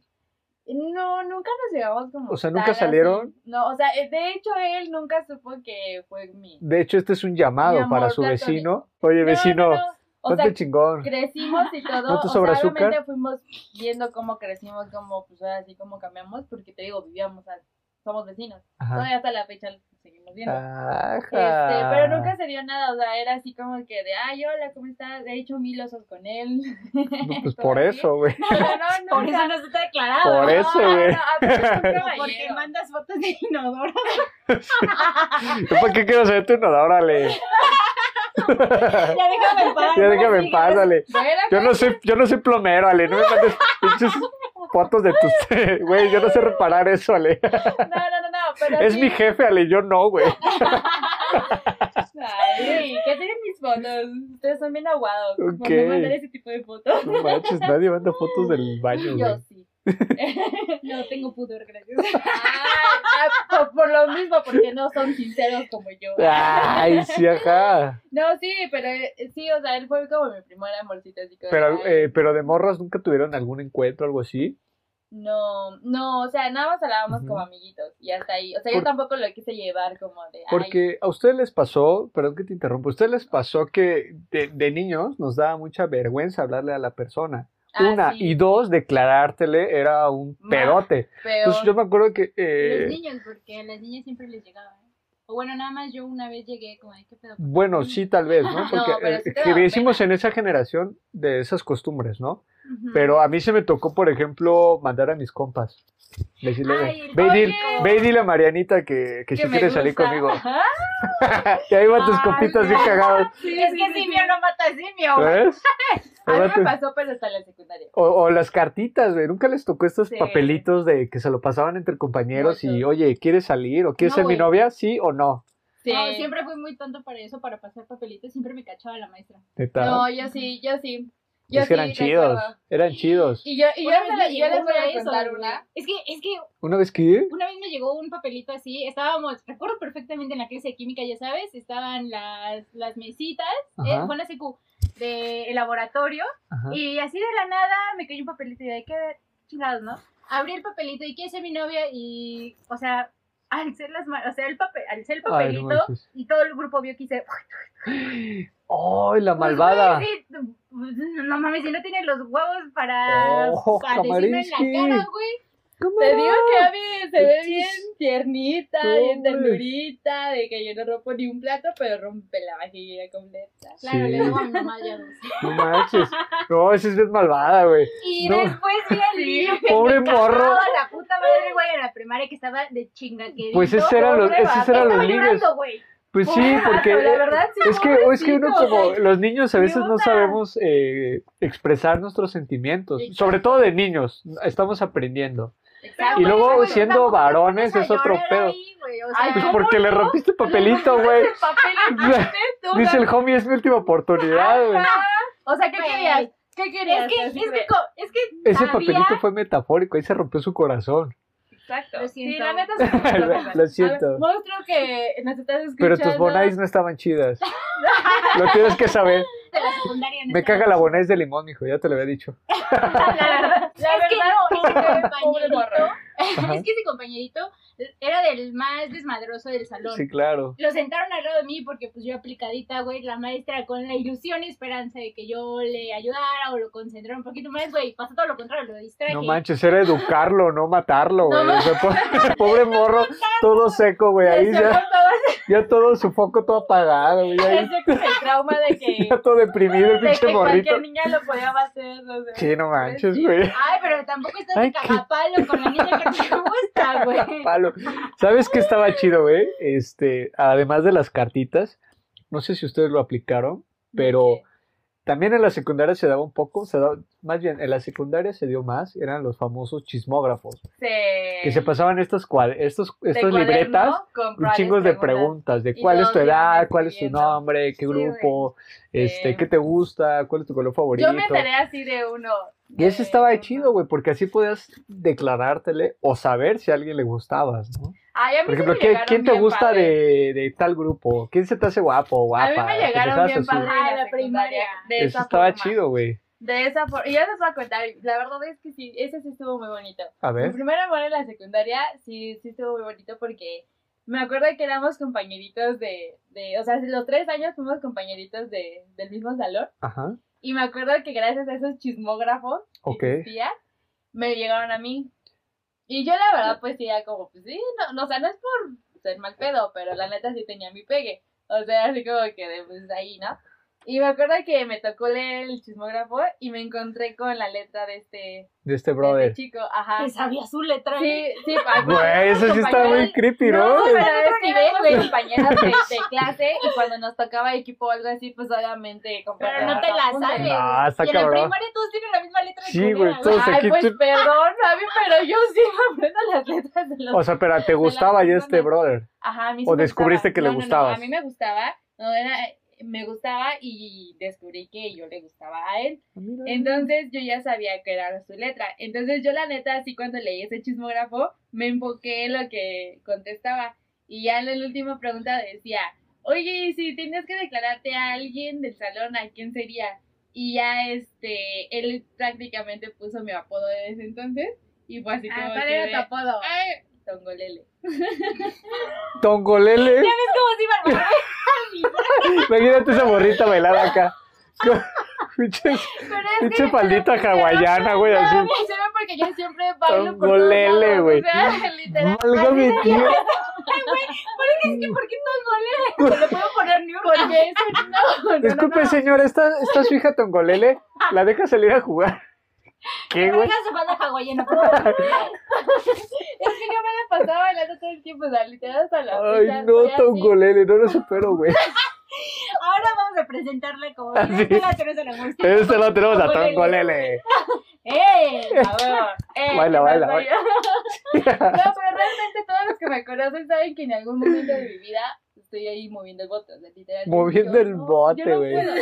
Speaker 4: No, nunca nos llevamos como.
Speaker 1: O sea,
Speaker 4: tal,
Speaker 1: ¿nunca
Speaker 4: así.
Speaker 1: salieron?
Speaker 4: No, o sea, eh, de hecho él nunca supo que fue mi.
Speaker 1: De hecho, este es un llamado
Speaker 4: Mi amor
Speaker 1: para su
Speaker 4: platónico.
Speaker 1: vecino. Oye,
Speaker 4: No,
Speaker 1: vecino,
Speaker 4: no, no. O sea,
Speaker 1: Ponte chingón.
Speaker 4: crecimos y todo.
Speaker 1: ¿No te
Speaker 4: o sea,
Speaker 1: sobra azúcar?
Speaker 4: obviamente fuimos viendo cómo crecimos, cómo, pues ahora sí, cómo cambiamos, porque te digo, vivíamos, al- somos vecinos.
Speaker 1: Ajá.
Speaker 4: Todavía hasta la fecha lo seguimos viendo.
Speaker 1: Ajá.
Speaker 4: Este, pero nunca se dio nada, o sea, era así como que de, ay, hola, ¿cómo estás? He hecho mil osos con él.
Speaker 1: No, Pues
Speaker 4: Todo
Speaker 1: por
Speaker 4: así.
Speaker 1: eso, güey.
Speaker 4: No, no,
Speaker 3: Por
Speaker 4: nunca.
Speaker 3: eso no se está declarado.
Speaker 1: Por
Speaker 3: ¿no?
Speaker 1: eso,
Speaker 4: No,
Speaker 1: güey.
Speaker 4: no, aparte es
Speaker 3: O
Speaker 4: un
Speaker 3: Porque
Speaker 4: caballero.
Speaker 3: mandas fotos de inodoro.
Speaker 1: ¿Yo ¿Para qué quiero saber tu no? Órale.
Speaker 3: Ya déjame en paz.
Speaker 1: Ya
Speaker 3: no
Speaker 1: déjame en
Speaker 3: sigas.
Speaker 1: paz, Ale.
Speaker 4: Bueno,
Speaker 1: Yo no soy, yo no soy plomero, Ale. No me mandes pinches fotos de tus. Güey, yo no sé reparar eso, Ale.
Speaker 4: no, no, no, no, pero
Speaker 1: Es
Speaker 4: sí.
Speaker 1: mi jefe, Ale. Yo no, güey.
Speaker 4: Ay, ¿qué tienen mis fotos? Ustedes son bien aguados.
Speaker 1: Ok.
Speaker 4: Por no mandar ese tipo de fotos.
Speaker 1: No manches, nadie manda fotos del baño,
Speaker 4: Yo
Speaker 1: güey.
Speaker 4: sí.
Speaker 3: No tengo pudor, gracias.
Speaker 4: Ay, ah, por, por lo mismo, porque no son sinceros como yo.
Speaker 1: Ah. Ay, sí, ajá.
Speaker 4: No, sí, pero eh, sí, o sea, él fue como mi primer amorcito, así que.
Speaker 1: Pero,
Speaker 4: ay,
Speaker 1: eh, pero de morras nunca tuvieron algún encuentro, algo así.
Speaker 4: No, no, o sea, nada más hablábamos
Speaker 1: Ujú.
Speaker 4: como amiguitos y hasta ahí. O sea,
Speaker 1: Por-
Speaker 4: yo tampoco lo quise llevar como de. ay,
Speaker 1: Porque a ustedes les pasó, perdón que te interrumpo, a ustedes les pasó que de, de niños nos daba mucha vergüenza hablarle a la persona.
Speaker 4: ah,
Speaker 1: Una,
Speaker 4: sí,
Speaker 1: y dos, declarártele era un
Speaker 4: Ma-
Speaker 1: pedote.
Speaker 4: peor.
Speaker 1: Entonces pues yo me acuerdo que... eh,
Speaker 3: Los niños, porque a las niñas siempre les llegaba. ¿eh? O bueno, nada más yo una vez llegué como de qué pedo.
Speaker 1: bueno, sí, tal vez, ¿no?
Speaker 4: No,
Speaker 1: Porque
Speaker 4: pero
Speaker 1: eh,
Speaker 4: sí te daba
Speaker 1: crecimos en esa generación de esas costumbres, ¿no?
Speaker 3: Ujú.
Speaker 1: Pero a mí se me tocó, por ejemplo, mandar a mis compas. Decirle,
Speaker 3: Ay,
Speaker 1: ve, y dile-
Speaker 3: oye.
Speaker 1: ve y dile a Marianita que, que, si
Speaker 4: me
Speaker 1: quiere salir
Speaker 4: gusta.
Speaker 1: conmigo.
Speaker 4: Ajá,
Speaker 1: y ahí van tus
Speaker 4: Ay,
Speaker 1: compitas bien
Speaker 4: no.
Speaker 1: cagados,
Speaker 4: sí,
Speaker 3: es
Speaker 4: sí,
Speaker 3: que
Speaker 4: sí,
Speaker 3: simio
Speaker 4: sí.
Speaker 3: no mata a simio.
Speaker 1: ¿ves?
Speaker 4: A mí
Speaker 1: Ahí va
Speaker 4: me
Speaker 1: tu-
Speaker 4: pasó, pero hasta la secundaria.
Speaker 1: O, o las cartitas, güey. Nunca les tocó estos
Speaker 4: Sí.
Speaker 1: papelitos de que se lo pasaban entre compañeros y,
Speaker 4: Muchos.
Speaker 1: oye, ¿quieres salir? ¿O quieres
Speaker 3: No,
Speaker 1: ser mi
Speaker 3: güey.
Speaker 1: novia? ¿Sí o no?
Speaker 4: Sí.
Speaker 3: No, siempre fui muy tonto para eso, para pasar papelitos. Siempre me cachaba la maestra.
Speaker 1: Neta.
Speaker 4: No, yo sí, yo sí. Yo
Speaker 1: es que eran
Speaker 4: sí,
Speaker 1: chidos.
Speaker 4: recuerdo.
Speaker 1: Eran chidos.
Speaker 4: Y yo, y yo,
Speaker 3: Una vez
Speaker 4: se
Speaker 3: me
Speaker 4: la- yo les
Speaker 3: llegó
Speaker 4: voy
Speaker 3: uno de
Speaker 4: a
Speaker 3: esos,
Speaker 4: contar
Speaker 3: güey.
Speaker 4: una.
Speaker 3: Es que, es que
Speaker 1: ¿Una vez
Speaker 4: eh,
Speaker 1: que?
Speaker 3: una vez me llegó un papelito así. pues Estábamos, recuerdo perfectamente en la clase de química, ya sabes, estaban las, las mesitas, eh,
Speaker 1: Ajá,
Speaker 3: fue en la secu, de el laboratorio.
Speaker 1: ajá.
Speaker 3: Y así de la nada me cayó un papelito y de qué chingados, ¿no? Abrí el papelito y quise ser mi novia y, o sea, alcé las manos, o sea, el papel, alcé el
Speaker 1: Ay, no
Speaker 3: papelito
Speaker 1: manches.
Speaker 3: y todo el grupo vio que hice,
Speaker 1: ¡Ay, la
Speaker 3: pues,
Speaker 1: malvada!
Speaker 3: güey, sí, pues, no mames, si no tienes los huevos para,
Speaker 1: Oh,
Speaker 3: para decirme en
Speaker 1: Kamarinsky.
Speaker 3: la cara, güey.
Speaker 1: ¿Cómo
Speaker 4: Te
Speaker 1: era?
Speaker 4: digo que Abby se ve
Speaker 1: Chis.
Speaker 4: bien tiernita,
Speaker 1: No,
Speaker 4: bien
Speaker 1: hombre.
Speaker 4: ternurita, de que yo no rompo ni un plato, pero rompe la vajilla completa.
Speaker 3: Claro,
Speaker 1: Sí.
Speaker 3: le digo a mi mamá ya dos.
Speaker 1: No manches. No, esa es bien malvada, güey.
Speaker 3: Y
Speaker 1: No.
Speaker 3: después vi al niño que
Speaker 1: Pobre
Speaker 3: me cagaba
Speaker 1: morro.
Speaker 3: la puta madre, güey, en la primaria que estaba de chingaquerito.
Speaker 1: Pues esos eran los,
Speaker 4: pobre
Speaker 1: esos eran
Speaker 3: Estaba
Speaker 1: los niños.
Speaker 3: llorando, güey.
Speaker 1: Pues sí,
Speaker 4: Pobre
Speaker 1: porque
Speaker 4: vato, la verdad, sí,
Speaker 1: es que es que uno
Speaker 4: pobrecito,
Speaker 1: como
Speaker 4: o sea,
Speaker 1: los niños a veces no
Speaker 4: idiota.
Speaker 1: sabemos eh, expresar nuestros sentimientos,
Speaker 4: Exacto.
Speaker 1: sobre todo de niños, estamos aprendiendo.
Speaker 3: Pero,
Speaker 1: Y
Speaker 3: güey,
Speaker 1: luego
Speaker 3: güey,
Speaker 1: siendo
Speaker 3: tampoco te
Speaker 1: varones
Speaker 3: pones a
Speaker 1: es otro
Speaker 3: llorar
Speaker 1: pedo.
Speaker 3: ahí, güey, o
Speaker 4: Ay,
Speaker 3: sea,
Speaker 1: Pues
Speaker 4: ¿cómo
Speaker 1: porque le
Speaker 4: no?
Speaker 1: rompiste papelito, güey.
Speaker 4: El papel es
Speaker 1: Dice el homie, es mi última oportunidad, güey.
Speaker 4: O sea, ¿qué
Speaker 3: Güey.
Speaker 4: querías? ¿Qué querías?
Speaker 3: Es que, es
Speaker 4: Así
Speaker 3: que,
Speaker 4: de-
Speaker 3: co- es que
Speaker 1: Ese
Speaker 3: sabía-
Speaker 1: papelito fue metafórico, ahí se rompió su corazón.
Speaker 4: Exacto.
Speaker 3: Lo
Speaker 4: Sí,
Speaker 3: siento.
Speaker 4: la neta sí. me
Speaker 1: Lo-
Speaker 4: gusta.
Speaker 1: lo
Speaker 4: A
Speaker 1: siento.
Speaker 4: ver, Monstruo que nos estás escuchando.
Speaker 1: Pero tus bonais no estaban chidas. Lo tienes que saber.
Speaker 3: de la secundaria. no
Speaker 1: Me
Speaker 3: estaba-
Speaker 1: caga la bonais de limón, hijo, ya te lo había dicho.
Speaker 4: La verdad, la
Speaker 3: Es que no,
Speaker 4: verdad,
Speaker 3: es que
Speaker 4: pobre
Speaker 3: compañerito.
Speaker 4: morro.
Speaker 1: Ajá.
Speaker 3: Es que ese compañerito era del más desmadroso del salón.
Speaker 1: Sí, claro.
Speaker 3: Lo sentaron al lado de mí porque pues yo aplicadita, güey, la maestra con la ilusión y esperanza de que yo le ayudara o lo concentrara un poquito más, güey, pasó todo lo contrario, lo distraje.
Speaker 1: No manches, era educarlo, no matarlo, güey. O sea, po- pobre, morro, todo seco, güey. Ahí
Speaker 4: Se
Speaker 1: ya,
Speaker 4: sacó todo-
Speaker 1: ya todo su foco todo apagado, güey.
Speaker 4: se
Speaker 1: Ahí
Speaker 4: sacó el trauma de que
Speaker 1: ya todo deprimido el
Speaker 4: de
Speaker 1: pinche
Speaker 4: que
Speaker 1: morrito.
Speaker 4: cualquier niña lo podía hacer, no sé.
Speaker 1: Sí, no manches, güey.
Speaker 3: Ay, pero tampoco estás
Speaker 1: Ay,
Speaker 3: de
Speaker 1: qué-
Speaker 3: cagapalo con la niña que te gusta, güey.
Speaker 1: Palo. ¿Sabes qué estaba chido, güey? Este, además de las cartitas, no sé si ustedes lo aplicaron, pero también en la secundaria se daba un poco, se daba, más bien, en la secundaria se dio más, eran los famosos chismógrafos,
Speaker 4: se...
Speaker 1: que se pasaban estas, cuad- estos,
Speaker 4: de
Speaker 1: estas
Speaker 4: cuaderno
Speaker 1: libretas
Speaker 4: con
Speaker 1: un
Speaker 4: varias
Speaker 1: chingo de
Speaker 4: preguntas.
Speaker 1: preguntas de
Speaker 4: Y
Speaker 1: cuál es tu
Speaker 4: todos iban
Speaker 1: edad, cuál es tu
Speaker 4: escribiendo.
Speaker 1: nombre, qué
Speaker 4: Sí,
Speaker 1: grupo,
Speaker 4: güey.
Speaker 1: este,
Speaker 4: Sí.
Speaker 1: qué te gusta, cuál es tu color favorito.
Speaker 4: Yo me enteré así de uno.
Speaker 1: Y eso
Speaker 4: de
Speaker 1: estaba
Speaker 4: uno.
Speaker 1: chido, güey, porque así podías declarártele o saber si a alguien le gustabas, ¿no?
Speaker 4: Ay, a mí
Speaker 1: Por
Speaker 4: sí
Speaker 1: ejemplo,
Speaker 4: me
Speaker 1: ¿qué-
Speaker 4: llegaron
Speaker 1: ¿quién te
Speaker 4: bien
Speaker 1: gusta
Speaker 4: padres.
Speaker 1: de, de tal grupo? ¿Quién se te hace guapo o guapa?
Speaker 4: A mí me llegaron
Speaker 1: Pendejadas
Speaker 4: bien
Speaker 1: así.
Speaker 4: padres
Speaker 3: Ah,
Speaker 4: en
Speaker 3: la
Speaker 4: la secundaria.
Speaker 3: primaria.
Speaker 4: De
Speaker 1: Eso
Speaker 4: esa
Speaker 1: estaba
Speaker 4: forma.
Speaker 1: chido, güey.
Speaker 4: De esa forma. Y ya les voy a contar. La verdad es que sí, ese sí estuvo muy bonito.
Speaker 1: A
Speaker 4: Mi
Speaker 1: ver.
Speaker 4: primer amor en la secundaria sí, sí estuvo muy bonito porque Me acuerdo que éramos compañeritos de, de o sea, los tres años fuimos compañeritos de, del mismo salón.
Speaker 1: Ajá.
Speaker 4: Y me acuerdo que gracias a esos chismógrafos que
Speaker 1: Ok.
Speaker 4: existían, me llegaron a mí. Y yo la verdad, pues sí, era como, pues sí, no, no, o sea, no es por ser mal pedo, pero la neta sí tenía mi pegue. O sea, así como que de, pues ahí, ¿no? Y me acuerdo que me tocó leer el chismógrafo y me encontré con la letra de este, de
Speaker 1: De este
Speaker 4: este
Speaker 1: brother.
Speaker 4: chico. Ajá.
Speaker 3: Que sabía su letra. ¿eh?
Speaker 4: Sí, sí,
Speaker 1: Güey, eso sí está muy creepy,
Speaker 4: no,
Speaker 1: ¿no?
Speaker 4: pero es
Speaker 3: Otro
Speaker 4: que
Speaker 3: nivel,
Speaker 4: éramos
Speaker 3: güey.
Speaker 4: compañeras de, de clase y cuando nos tocaba equipo o algo así, pues obviamente
Speaker 3: Pero
Speaker 4: compartíamos
Speaker 3: no te la
Speaker 4: apuntes.
Speaker 3: sabes.
Speaker 1: No, está
Speaker 3: y en la
Speaker 1: cabrón.
Speaker 3: primaria todos tienen la misma letra. de
Speaker 1: Sí,
Speaker 3: culera,
Speaker 1: güey, todos- Entonces, aquí
Speaker 4: Ay, pues
Speaker 1: tú-
Speaker 4: perdón, Javi, pero yo sí me aprendo las letras de los...
Speaker 1: O sea, pero te gustaba ya este
Speaker 4: persona.
Speaker 1: brother.
Speaker 4: Ajá, a mí sí
Speaker 1: o
Speaker 4: me
Speaker 1: descubriste
Speaker 4: gustaba.
Speaker 1: que le
Speaker 4: No, no, no,
Speaker 1: gustabas.
Speaker 4: a mí me gustaba, no era... Me gustaba y descubrí que yo le gustaba a él. Entonces yo ya sabía que era su letra. Entonces yo la neta, así cuando leí ese chismógrafo, me enfoqué en lo que contestaba. Y ya en la última pregunta decía, oye, y si tenías que declararte a alguien del salón, ¿a quién sería? Y ya este, él prácticamente puso mi apodo desde entonces. Y fue así como
Speaker 3: Ah,
Speaker 4: que
Speaker 3: ¿cuál
Speaker 4: de,
Speaker 3: era tu apodo?
Speaker 4: "Ay, Tongolele.
Speaker 1: Tongolele.
Speaker 3: Es como si iba a armar,
Speaker 1: Imagínate esa borrita bailando acá. Pinche
Speaker 4: Pero es
Speaker 1: pinche faldita hawaiana, güey, así.
Speaker 4: Ay, se ve porque yo siempre bailo por todos
Speaker 1: Tongolele,
Speaker 4: lados,
Speaker 1: güey.
Speaker 4: O sea, literal.
Speaker 1: Valga mi tía.
Speaker 3: es que ¿por qué no golé? No le puedo poner ni un
Speaker 4: Porque es un- no, no, no,
Speaker 1: Disculpe,
Speaker 4: no.
Speaker 1: señora, ¿estás, ¿estás fija Tongolele? ¿La deja salir a jugar? ¿Qué,
Speaker 3: Pero
Speaker 1: güey?
Speaker 3: deja su banda hawaiana.
Speaker 4: Es que yo me la pasaba bailando todo el tiempo, o sea, literal hasta la fecha
Speaker 1: Ay, no,
Speaker 4: estoy así.
Speaker 1: Tongolele, no lo supero, güey.
Speaker 3: Ahora vamos a presentarle como
Speaker 1: Ah, sí.
Speaker 3: director a Teresa Langostino.
Speaker 1: Este lo tenemos a Tongolele.
Speaker 3: ¡Eh!
Speaker 4: A ver, eh,
Speaker 1: Baila,
Speaker 4: ¿qué
Speaker 1: baila,
Speaker 4: más baila? No, pero realmente todos los que me conocen saben que en algún momento de mi vida estoy ahí moviendo el bote, o sea, literal.
Speaker 1: Moviendo
Speaker 4: yo
Speaker 1: el
Speaker 4: no-
Speaker 1: bote,
Speaker 4: yo no
Speaker 1: güey.
Speaker 4: puedo.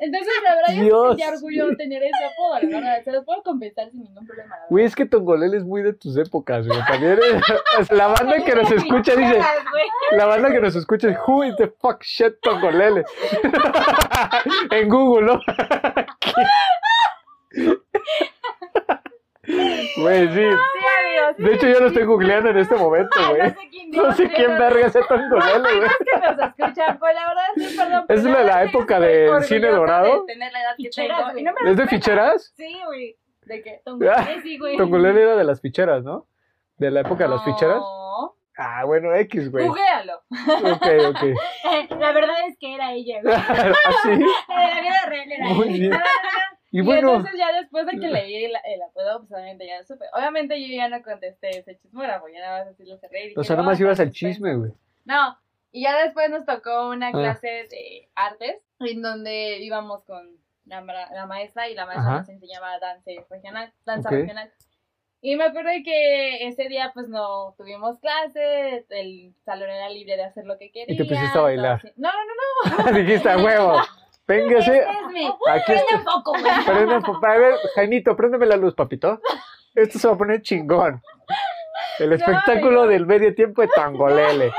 Speaker 4: Entonces, la verdad, yo me
Speaker 1: Dios.
Speaker 4: sentía orgulloso de tener ese apodo, la verdad, se los puedo compensar sin ningún problema, la verdad.
Speaker 1: Güey, es que Tongolele es muy de tus épocas, güey. También es- la banda que nos escucha dice, la banda que nos escucha es Who is the fuck shit Tongolele? en Google, ¿no? Güey, sí.
Speaker 4: Sí, amigos, sí,
Speaker 1: De hecho, yo lo estoy googleando en este momento,
Speaker 3: No
Speaker 1: güey.
Speaker 3: sé quién dijo.
Speaker 1: No sé quién verga es Tongolele, güey.
Speaker 4: que nos escuchan, pues la verdad, sí, perdón.
Speaker 1: Es la de
Speaker 4: pero
Speaker 1: la
Speaker 4: verdad, sí,
Speaker 1: época
Speaker 4: estoy
Speaker 1: del
Speaker 4: orgullosa
Speaker 1: cine
Speaker 4: de
Speaker 1: dorado.
Speaker 4: Tener la edad que
Speaker 3: Ficheras,
Speaker 4: tengo.
Speaker 3: güey,
Speaker 4: y
Speaker 3: no
Speaker 4: no
Speaker 3: me-
Speaker 1: ¿Es de ficheras?
Speaker 3: Sí, güey.
Speaker 4: me- ¿De qué?
Speaker 3: Tongolele, sí, güey.
Speaker 1: Tongolele era de las ficheras, ¿no? De la época de las ficheras.
Speaker 4: No.
Speaker 1: Ah, bueno, X, güey.
Speaker 4: Googlealo.
Speaker 1: Ok, ok. ¿Ah,
Speaker 3: Eh, La verdad es que era ella, güey.
Speaker 1: Así.
Speaker 3: La de la vida real era
Speaker 1: Muy
Speaker 3: ella.
Speaker 1: bien.
Speaker 4: Y,
Speaker 1: Y bueno,
Speaker 4: entonces ya después de que leí el, el apodo, pues obviamente ya supe. Obviamente yo ya no contesté ese chismógrafo, ya nada más así lo cerré. y dije,
Speaker 1: o sea,
Speaker 4: no,
Speaker 1: nada más
Speaker 4: está
Speaker 1: ibas al
Speaker 4: suspenso.
Speaker 1: chisme, güey.
Speaker 4: No, y ya después nos tocó una
Speaker 1: Ah.
Speaker 4: clase de artes, en donde íbamos con la, ma- la maestra y la maestra
Speaker 1: Ajá.
Speaker 4: nos enseñaba dance regional, danza
Speaker 1: Ok.
Speaker 4: regional. Y me acuerdo que ese día pues no tuvimos clases, el salón era libre de hacer lo que quería.
Speaker 1: pusiste a bailar.
Speaker 4: entonces- No, no, no,
Speaker 1: Dijiste, "A huevo. Véngase.
Speaker 3: Este es mi.
Speaker 1: Aquí está.
Speaker 3: Un poco, güey.
Speaker 1: Prenda, papá. A ver, Jainito, préndeme la luz, papito. Esto se va a poner chingón. El espectáculo del medio tiempo de Tangolele.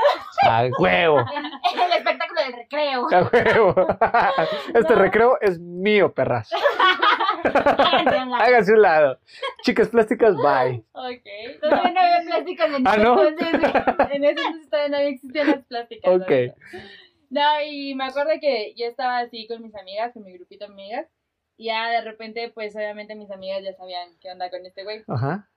Speaker 1: A huevo.
Speaker 3: El espectáculo del recreo.
Speaker 1: A huevo. Este
Speaker 4: No.
Speaker 1: recreo es mío, perras.
Speaker 3: Háganse a un lado.
Speaker 1: Hágase un lado. Chicas plásticas, bye.
Speaker 4: ok.
Speaker 3: Todavía no había plásticas en
Speaker 1: Ah, ¿no?
Speaker 3: entonces, güey.
Speaker 4: en ese entonces todavía no existían las pláticas.
Speaker 1: Ok.
Speaker 4: ¿no? No, y me acuerdo que yo estaba así con mis amigas, con mi grupito de amigas, y ya de repente, pues obviamente mis amigas ya sabían qué onda con este güey.
Speaker 1: Ajá.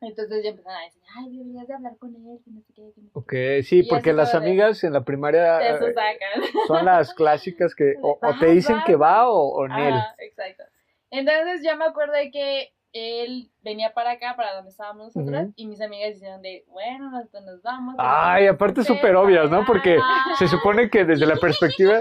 Speaker 4: Entonces ya empezaron a decir, ay, deberías de hablar con él, que no sé qué, que no sé
Speaker 1: Ok,
Speaker 4: Y
Speaker 1: sí,
Speaker 4: eso
Speaker 1: porque las
Speaker 4: todavía.
Speaker 1: amigas en la
Speaker 4: qué.
Speaker 1: primaria
Speaker 4: Eso
Speaker 1: eh,
Speaker 4: sacan.
Speaker 1: son las clásicas que o, o te
Speaker 4: Vas,
Speaker 1: dicen
Speaker 4: vas.
Speaker 1: que va o, o nel.
Speaker 4: Ah, Ajá, exacto. Entonces yo me acuerdo de que él venía para acá, para donde estábamos nosotras,
Speaker 1: Ujú.
Speaker 4: y mis amigas dijeron de, bueno, nos, nos vamos.
Speaker 1: Ay, aparte súper obvias, ¿no? Porque
Speaker 4: Ajá.
Speaker 1: se supone que desde la perspectiva...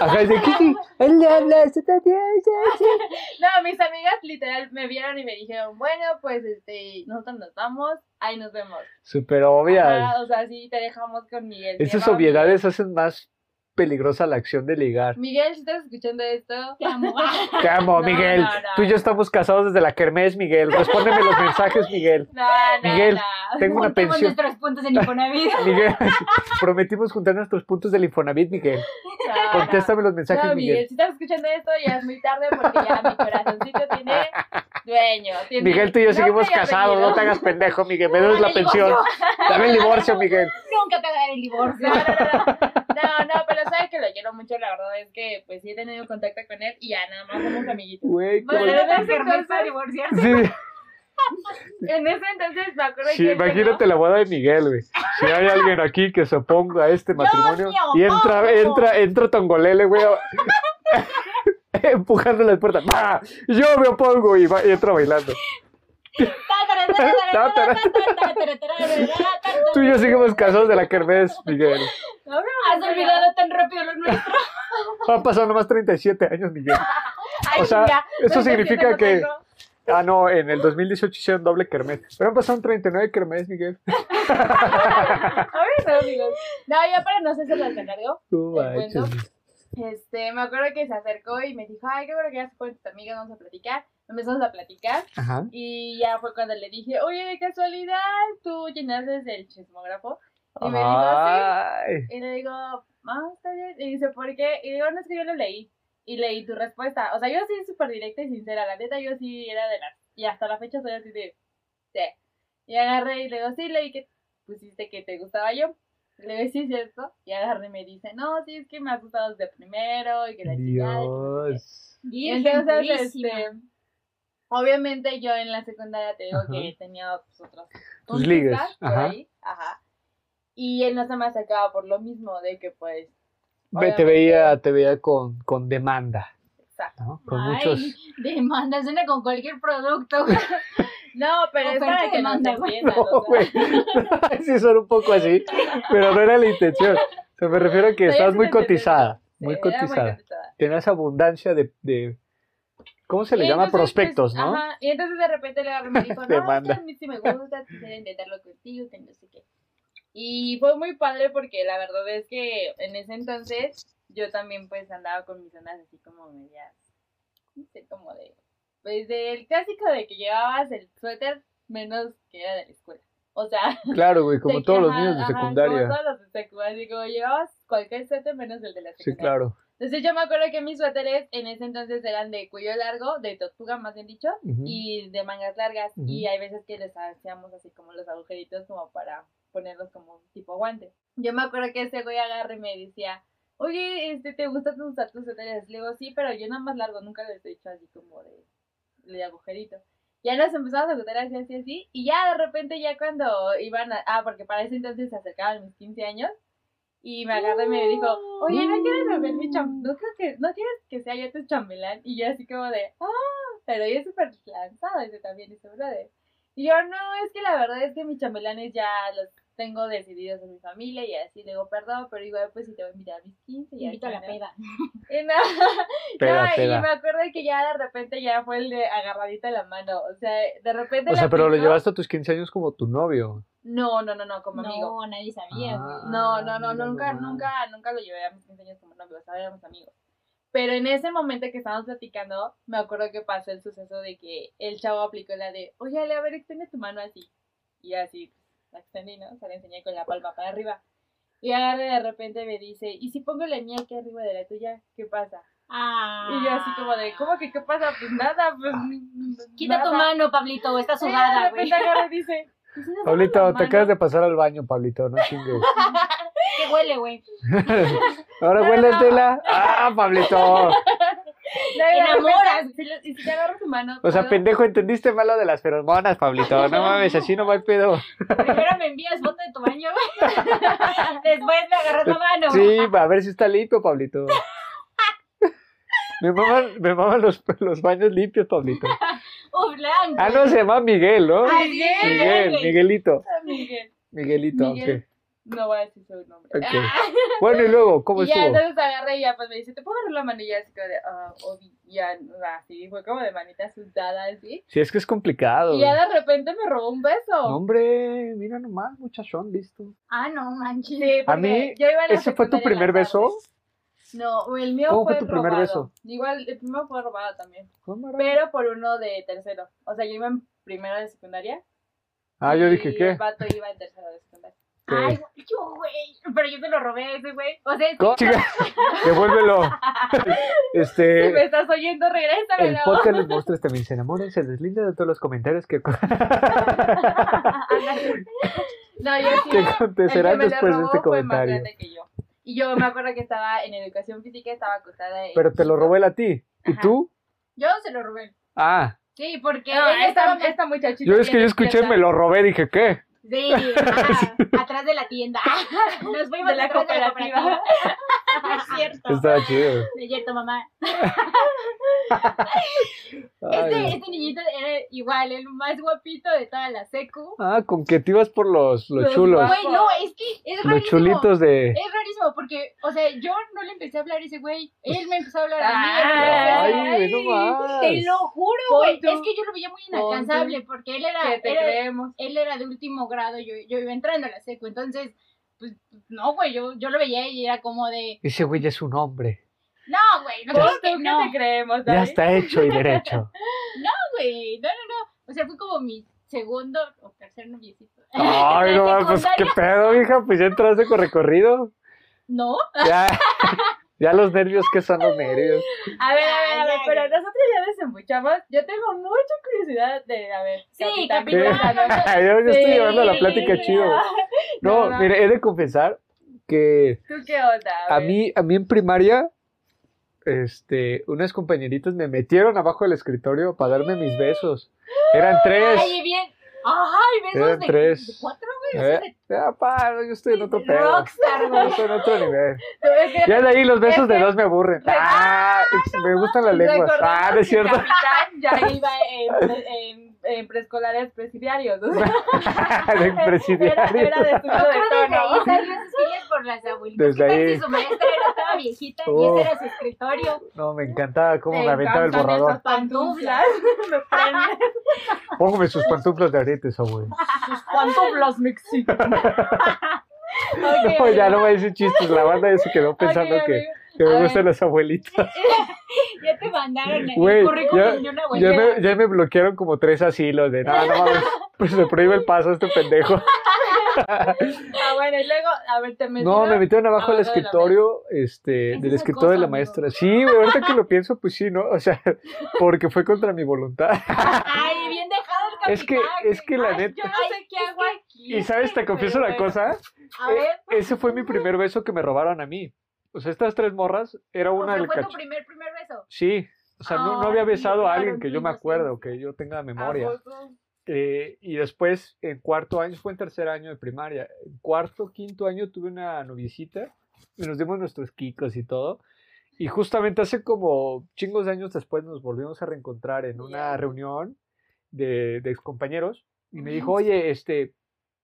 Speaker 1: Ajá, es de Kitty. Él le habla, se te
Speaker 4: No, mis amigas literal me vieron y me dijeron, bueno, pues este, nosotros nos vamos, ahí nos vemos.
Speaker 1: Súper obvias.
Speaker 4: Ajá, o sea, sí, te dejamos con Miguel.
Speaker 1: Esas
Speaker 4: Te va,
Speaker 1: obviedades hacen más peligrosa la acción de ligar.
Speaker 4: Miguel, si estás escuchando esto,
Speaker 3: Te amo.
Speaker 1: Camo,
Speaker 4: No,
Speaker 1: Miguel.
Speaker 4: no, no.
Speaker 1: Tú y yo estamos casados desde la Kermés, Miguel. Respóndeme los mensajes, Miguel.
Speaker 4: no, no,
Speaker 1: Miguel.
Speaker 4: no.
Speaker 1: Tengo una
Speaker 3: Juntemos
Speaker 1: pensión.
Speaker 3: nuestros puntos en Infonavit.
Speaker 1: Miguel, prometimos juntar nuestros puntos del Infonavit, Miguel.
Speaker 4: No, no.
Speaker 1: Contéstame los mensajes,
Speaker 4: No, Miguel,
Speaker 1: Miguel.
Speaker 4: si estás escuchando esto, ya es muy tarde porque ya mi corazoncito tiene dueño. tiene
Speaker 1: Miguel, tú y yo
Speaker 4: nombre
Speaker 1: seguimos
Speaker 4: y
Speaker 1: casados.
Speaker 4: apellido.
Speaker 1: No te hagas pendejo, Miguel. Me debes
Speaker 3: Dame
Speaker 1: la
Speaker 3: el
Speaker 1: pensión. Dame el divorcio, Miguel.
Speaker 3: Nunca te va a dar el divorcio.
Speaker 4: No, no, no, no, no, pero sabes que lo quiero mucho, la verdad es que pues sí he tenido contacto con él y ya nada más somos amiguitos.
Speaker 1: Güey, qué
Speaker 4: Bueno,
Speaker 1: bonito.
Speaker 4: en ese
Speaker 3: Kermés para
Speaker 4: entonces-
Speaker 3: divorciarse.
Speaker 1: Sí,
Speaker 4: En ese entonces me acuerdo
Speaker 1: sí,
Speaker 4: que... él
Speaker 1: imagínate la boda de Miguel, güey. Si hay alguien aquí que se oponga a este matrimonio
Speaker 3: mío,
Speaker 1: y entra,
Speaker 3: ojo.
Speaker 1: entra, entra Tongolele, güey, empujando las puertas. ¡Bah! Yo me opongo y, va- y entra bailando. Tú y yo seguimos casados de la Kermés, Miguel.
Speaker 3: Has olvidado tan rápido los nuestros.
Speaker 1: Han pasado nomás 37 años, Miguel.
Speaker 4: Ay,
Speaker 1: O sea,
Speaker 4: mira,
Speaker 1: eso
Speaker 4: no sé qué
Speaker 1: significa
Speaker 4: no
Speaker 1: que.
Speaker 4: tengo.
Speaker 1: Ah, no, en el 2018 hicieron doble Kermés. Pero han pasado 39 Kermés, Miguel.
Speaker 4: Ahora no, Miguel. No, ya para no hacerse las encargo.
Speaker 1: No
Speaker 4: Te
Speaker 1: manches,
Speaker 4: cuento.
Speaker 1: güey.
Speaker 4: Este, me acuerdo que se acercó y me dijo, ay, qué bueno que ya se fueron tus amigas, vamos a platicar. Empezamos a platicar
Speaker 1: Ajá.
Speaker 4: y ya fue cuando le dije, oye, de casualidad, tú llenaste el chismógrafo. Y me dijo, sí.
Speaker 1: Ay.
Speaker 4: Y le digo, ah, está bien. Y dice, ¿por qué? Y digo, no es que yo lo leí. Y leí tu respuesta. O sea, yo sí súper directa y sincera. La neta, yo sí era de las... Y hasta la fecha soy así de... Sí. Y agarré y le digo, sí, leí que pusiste que te gustaba yo. Y le digo, sí, es cierto. Y agarré y me dice, no, sí, es que me has gustado desde primero. Y que la chingada, y que no sé qué.
Speaker 1: Dios.
Speaker 4: Y entonces, este, obviamente yo en la secundaria te digo
Speaker 1: Ajá.
Speaker 4: que tenía pues, otros
Speaker 1: Tus
Speaker 4: un
Speaker 1: ligues,
Speaker 4: chistar por
Speaker 1: ajá.
Speaker 4: ahí, ajá. Y él no se me acercaba por lo mismo de que pues,
Speaker 1: Ve, Te
Speaker 4: Obviamente.
Speaker 1: veía, te veía con, con demanda,
Speaker 4: exacto.
Speaker 1: ¿no? Con
Speaker 3: Ay,
Speaker 1: muchos.
Speaker 3: Demanda, suena con cualquier producto.
Speaker 4: No, pero
Speaker 3: No, pero
Speaker 4: es para
Speaker 3: te
Speaker 4: que nos
Speaker 3: manda, güey.
Speaker 4: entiendan.
Speaker 1: No,
Speaker 4: o sea,
Speaker 1: güey. sí, son un poco así, pero no era la intención. O sea, me refiero a que
Speaker 4: No, ya
Speaker 1: estabas
Speaker 4: sí
Speaker 1: muy
Speaker 4: te entendí.
Speaker 1: cotizada, muy
Speaker 4: era
Speaker 1: cotizada. Tenías abundancia de, de- ¿cómo se le
Speaker 4: Y
Speaker 1: llama?
Speaker 4: entonces, pues,
Speaker 1: Prospectos, ¿no?
Speaker 4: Ajá, y entonces de repente le agarré y me dijo, no, es que
Speaker 1: Demanda.
Speaker 4: a mí sí me gusta, quisiera intentarlo contigo, que no sé qué. Y fue muy padre porque la verdad es que en ese entonces yo también pues andaba con mis ondas así como medias, no sé, como de, pues del clásico de que llevabas el suéter menos que era de la escuela. O sea,
Speaker 1: Claro, güey,
Speaker 4: de
Speaker 1: como
Speaker 4: que,
Speaker 1: todos los
Speaker 4: ajá,
Speaker 1: niños de
Speaker 4: ajá,
Speaker 1: secundaria.
Speaker 4: Como todos los de secundaria, digo, llevabas cualquier suéter menos el de la
Speaker 1: Sí,
Speaker 4: secundaria.
Speaker 1: claro.
Speaker 4: Entonces yo me acuerdo que mis suéteres en ese entonces eran de cuello largo, de tortuga más bien dicho,
Speaker 1: Ujú.
Speaker 4: y de mangas largas.
Speaker 1: Ujú.
Speaker 4: Y hay veces que les hacíamos así como los agujeritos como para ponerlos como un tipo guante. Yo me acuerdo que ese güey agarra y me decía, oye, este, ¿te gustan tus tus suéteres? Le digo, sí, pero yo nada más largo, nunca les he hecho así como de, de agujerito. Ya nos empezamos a gustar así, así, así. Y ya de repente, ya cuando iban a. Ah, porque para ese entonces se acercaban mis 15 años. Y me agarró y me dijo, oye, ¿no quieres volver mi cham ¿No, creo que, ¿No quieres que sea yo tu chambelán? Y yo así como de, ah, pero yo es súper lanzado ese también, ese brother. Y yo, no, es que la verdad es que mis chambelanes ya los tengo decididos en mi familia y así le digo, perdón, pero igual pues si te voy a invitar a mis 15 y
Speaker 3: Invito a
Speaker 4: así,
Speaker 3: la
Speaker 4: ¿no?".
Speaker 3: peda.
Speaker 4: Y no,
Speaker 1: Peda,
Speaker 4: no,
Speaker 1: peda.
Speaker 4: y me acuerdo que ya de repente ya fue el de agarradita la mano. O sea, de repente.
Speaker 1: O sea,
Speaker 4: la
Speaker 1: pero lo
Speaker 4: aplicó.
Speaker 1: llevaste a tus 15 años como tu novio.
Speaker 4: No, no, no, no, como amigo.
Speaker 3: No, nadie sabía. güey.
Speaker 1: Ah,
Speaker 4: No, no, no,
Speaker 1: mira
Speaker 4: nunca,
Speaker 1: nomás.
Speaker 4: nunca, nunca lo llevé a mis 15 años como novio, o sea, éramos amigos. Pero en ese momento que estábamos platicando, me acuerdo que pasó el suceso de que el chavo aplicó la de, oye, Ale, a ver, extiende tu mano así. Y así, pues, la extendí, ¿no? O sea, la enseñé con la palma para arriba. Y agarre de repente me dice, ¿y si pongo la mía aquí arriba de la tuya? ¿Qué pasa?
Speaker 3: Ah.
Speaker 4: Y yo así como de, ¿cómo que qué pasa? Pues nada, pues...
Speaker 3: Mm, Quita tu
Speaker 4: nada".
Speaker 3: mano, Pablito, está
Speaker 4: Sí, de
Speaker 3: Ah, sudada, güey.
Speaker 4: repente agarra y dice... "¿Y si nos damos la
Speaker 1: Pablito, te
Speaker 4: mano?".
Speaker 1: acabas de pasar al baño, Pablito, no chingues.
Speaker 3: ¿Qué huele, güey?
Speaker 1: Ahora
Speaker 4: No, no,
Speaker 1: huéletela. Ah, Pablito.
Speaker 4: No, y de repente,
Speaker 3: enamoras.
Speaker 4: si le- Y si te agarra tu mano...
Speaker 1: O sea,
Speaker 4: todo-
Speaker 1: pendejo, entendiste mal lo de las feromonas, Pablito. No mames, así no va el pedo.
Speaker 3: Primero me envías foto de tu baño, güey. Después me agarras la mano.
Speaker 1: Sí, a ver si está limpio, Pablito. Me maman, me maman los, los baños limpios, Pablito.
Speaker 3: Uf, blanco.
Speaker 1: Ah, no, se llama Miguel, ¿no?
Speaker 3: Ay,
Speaker 1: Miguel,
Speaker 3: güey.
Speaker 1: Miguelito.
Speaker 4: Miguel.
Speaker 1: Miguelito,
Speaker 4: Miguel. No voy a decir su nombre. Ah,
Speaker 1: ok. ok. Bueno, y luego, ¿cómo
Speaker 4: y ya
Speaker 1: estuvo?
Speaker 4: entonces agarré y ya pues me dice, ¿te puedo agarrar la mano? Y ya así como de, ah, obi, ya, así, fue como de manita asustada, así.
Speaker 1: Si es que es complicado.
Speaker 4: Y ya de repente me robó un beso.
Speaker 1: No, hombre, mira nomás, muchachón, listo.
Speaker 3: Ah, no, manches.
Speaker 4: Sí, porque
Speaker 1: mí,
Speaker 4: yo iba a la
Speaker 1: ¿Ese fue tu
Speaker 4: secundaria en la
Speaker 1: primer
Speaker 4: tarde.
Speaker 1: beso?
Speaker 4: No, el mío
Speaker 1: ¿Cómo
Speaker 4: fue,
Speaker 1: fue tu primer
Speaker 4: robado.
Speaker 1: beso?
Speaker 4: Igual, el primero fue robado también.
Speaker 1: Fue maravilloso.
Speaker 4: Pero por uno de tercero. O sea, yo iba en primero de secundaria.
Speaker 1: Ah, yo dije,
Speaker 4: y
Speaker 1: ¿qué?
Speaker 4: El vato iba en tercero de secundaria.
Speaker 1: ¿Qué?
Speaker 3: Ay, güey, yo, güey. Pero yo te lo robé a ese, güey. O sea, es que-
Speaker 1: ¿Cómo, chica? Devuélvelo.
Speaker 4: Si me
Speaker 1: Este,
Speaker 4: estás oyendo,
Speaker 1: el
Speaker 4: regrésamelo.
Speaker 1: podcast Les Monstruos también se enamoran, se deslinda de todos los comentarios que,
Speaker 4: No, yo sí.
Speaker 1: que
Speaker 4: El que
Speaker 1: acontecerán
Speaker 4: me lo
Speaker 1: después de
Speaker 4: robó
Speaker 1: este
Speaker 4: fue más
Speaker 1: comentario.
Speaker 4: grande que yo. Y yo me acuerdo que estaba en educación física, estaba acostada. en-
Speaker 1: Pero te lo robó él a ti. ¿Y
Speaker 4: Ajá.
Speaker 1: tú?
Speaker 3: yo se lo robé.
Speaker 1: Ah,
Speaker 3: Sí, porque
Speaker 4: No,
Speaker 3: él
Speaker 4: esta,
Speaker 3: estaba...
Speaker 4: esta muchachita.
Speaker 1: yo es que
Speaker 4: bien
Speaker 1: yo escuché,
Speaker 4: despierta.
Speaker 1: me lo robé, dije, ¿qué?
Speaker 3: Sí, ajá, atrás de la tienda. Nos fuimos
Speaker 4: De la
Speaker 3: atrás de la
Speaker 4: cooperativa.
Speaker 3: cooperativa. No es cierto.
Speaker 1: Estaba chido.
Speaker 3: No es cierto, mamá. Este,
Speaker 1: Ay.
Speaker 3: este niñito era igual, el más guapito de toda la secu.
Speaker 1: Ah, con que te ibas por los, los,
Speaker 4: Los
Speaker 1: chulos,
Speaker 4: guapos.
Speaker 3: Güey, no, es que
Speaker 1: los
Speaker 3: es rarísimo.
Speaker 1: chulitos
Speaker 4: Eh.
Speaker 1: de...
Speaker 3: Es rarísimo porque, o sea, yo no le empecé a hablar a ese güey. Él me empezó a hablar a
Speaker 1: Ay,
Speaker 3: mí.
Speaker 4: Ay,
Speaker 1: güey, no más.
Speaker 4: Te lo juro,
Speaker 3: Güey,
Speaker 4: güey.
Speaker 3: es que yo lo veía muy inalcanzable porque él era,
Speaker 4: que te
Speaker 3: era-
Speaker 4: creemos.
Speaker 3: él era de último grado, yo, yo iba entrando a la secu, entonces, pues, no, güey, yo, yo lo veía y era como de,
Speaker 1: Ese güey ya es un hombre.
Speaker 3: no, güey, no, claro
Speaker 4: ¿Tú
Speaker 3: que
Speaker 4: qué
Speaker 3: no,
Speaker 4: te creemos,
Speaker 1: Ya
Speaker 4: David?
Speaker 1: está hecho y derecho.
Speaker 3: güey, no, no, no, o sea, fue como mi segundo o tercer noviecito.
Speaker 1: Ay,
Speaker 3: ¿La
Speaker 1: no mames, pues qué
Speaker 3: secundaria?
Speaker 1: pedo, hija, pues ya entraste con recorrido.
Speaker 3: No,
Speaker 1: Ya, ya los nervios, ¿qué son los nervios?
Speaker 4: A ver, a ver, a
Speaker 3: Ay,
Speaker 4: ver,
Speaker 3: ay,
Speaker 4: pero
Speaker 3: ay.
Speaker 4: nosotros ya desembuchamos. Yo tengo mucha curiosidad de, a ver.
Speaker 1: Sí.
Speaker 3: Sí,
Speaker 1: Yo,
Speaker 3: Capitán,
Speaker 4: cuéntanos.
Speaker 1: yo estoy
Speaker 4: Sí.
Speaker 1: llevando la plática chido. No,
Speaker 4: No, no.
Speaker 1: mire, he de confesar que
Speaker 4: ¿Tú qué onda?
Speaker 1: A
Speaker 4: ver.
Speaker 1: mí, a mí en primaria, este, unas compañeritas me metieron abajo del escritorio para darme mis besos. Eran tres.
Speaker 3: ay, bien, ay, besos
Speaker 1: Eran
Speaker 3: de,
Speaker 1: tres.
Speaker 3: de cuatro, güey,
Speaker 1: Eh,
Speaker 3: besos de
Speaker 1: ah, pa, yo estoy en otro pedo.
Speaker 3: rockstar,
Speaker 1: Yo
Speaker 3: güey.
Speaker 1: estoy en otro nivel.
Speaker 4: Tú ves que
Speaker 1: Ya de ahí los besos de
Speaker 4: Ese-
Speaker 1: dos me aburren. Ah, me gustan las lenguas.
Speaker 4: recordemos
Speaker 1: Ah, no es
Speaker 4: que
Speaker 1: cierto.
Speaker 4: Capitán ya iba en, en, en preescolares presidiarios. o sea,
Speaker 1: De presidiario.
Speaker 4: Era, era de estudio
Speaker 3: Yo
Speaker 4: de
Speaker 3: creo desde ahí
Speaker 4: tono.
Speaker 3: salió sus filias por las abuelitas.
Speaker 1: Desde
Speaker 3: ¿Qué tal
Speaker 1: ahí.
Speaker 3: si su maestra era estaba viejita
Speaker 1: Oh.
Speaker 3: y ese era su escritorio?
Speaker 1: No, me encantaba cómo
Speaker 4: Me
Speaker 1: me aventaba el
Speaker 4: encantan
Speaker 1: borrador.
Speaker 4: esas pantuflas. Me prenden
Speaker 1: Póngame sus pantuflas de aretes, abuelo.
Speaker 4: sus pantuflas mexicanas. Ok,
Speaker 1: No, ya
Speaker 4: amigo.
Speaker 1: no voy a decir chistes. La banda ya se quedó pensando
Speaker 4: Ok,
Speaker 1: que,
Speaker 4: amigo.
Speaker 1: que
Speaker 4: A
Speaker 1: me
Speaker 4: ver.
Speaker 1: gustan las abuelitas.
Speaker 3: Ya te mandaron el
Speaker 1: Güey, ya-
Speaker 3: currículum de una
Speaker 1: Ya
Speaker 3: abuelita.
Speaker 1: me, ya me bloquearon como tres asilos de nada, no mames, pues se prohíbe el paso a este pendejo.
Speaker 4: Ah, bueno, y luego, a ver, te
Speaker 1: No, me metieron abajo del
Speaker 4: Abajo de la
Speaker 1: escritorio, este,
Speaker 3: Ese
Speaker 1: del
Speaker 3: es
Speaker 1: escritorio de
Speaker 3: acoso,
Speaker 1: la
Speaker 3: amigo.
Speaker 1: maestra. Sí, güey, ahorita que lo pienso, pues sí, ¿no? O sea, porque fue contra mi voluntad.
Speaker 3: Ay, bien dejado el capitán.
Speaker 1: Es que, es que la neta.
Speaker 4: Yo no sé qué hago aquí.
Speaker 1: Y sabes, te confieso una cosa.
Speaker 3: A
Speaker 1: eh,
Speaker 3: ver,
Speaker 1: Ese fue mi primer beso que me robaron a mí. O sea, estas tres morras, era
Speaker 3: o
Speaker 1: una
Speaker 3: sea,
Speaker 1: del
Speaker 3: fue tu
Speaker 1: cach-
Speaker 3: primer, primer beso.
Speaker 1: Sí, o sea, no, no había
Speaker 3: Ay,
Speaker 1: besado a
Speaker 3: claro, Ah,
Speaker 1: alguien que yo me
Speaker 3: entiendo, sí.
Speaker 1: acuerdo, que yo tenga memoria.
Speaker 4: ¿A poco?
Speaker 1: Eh, y después, en cuarto año, fue en tercer año de primaria, en cuarto, quinto año tuve una noviecita y nos dimos nuestros quicos y todo. Y justamente hace como chingos de años después nos volvimos a reencontrar en una
Speaker 4: Ya.
Speaker 1: reunión de, de compañeros y me dijo,
Speaker 4: Ujú.
Speaker 1: oye, este,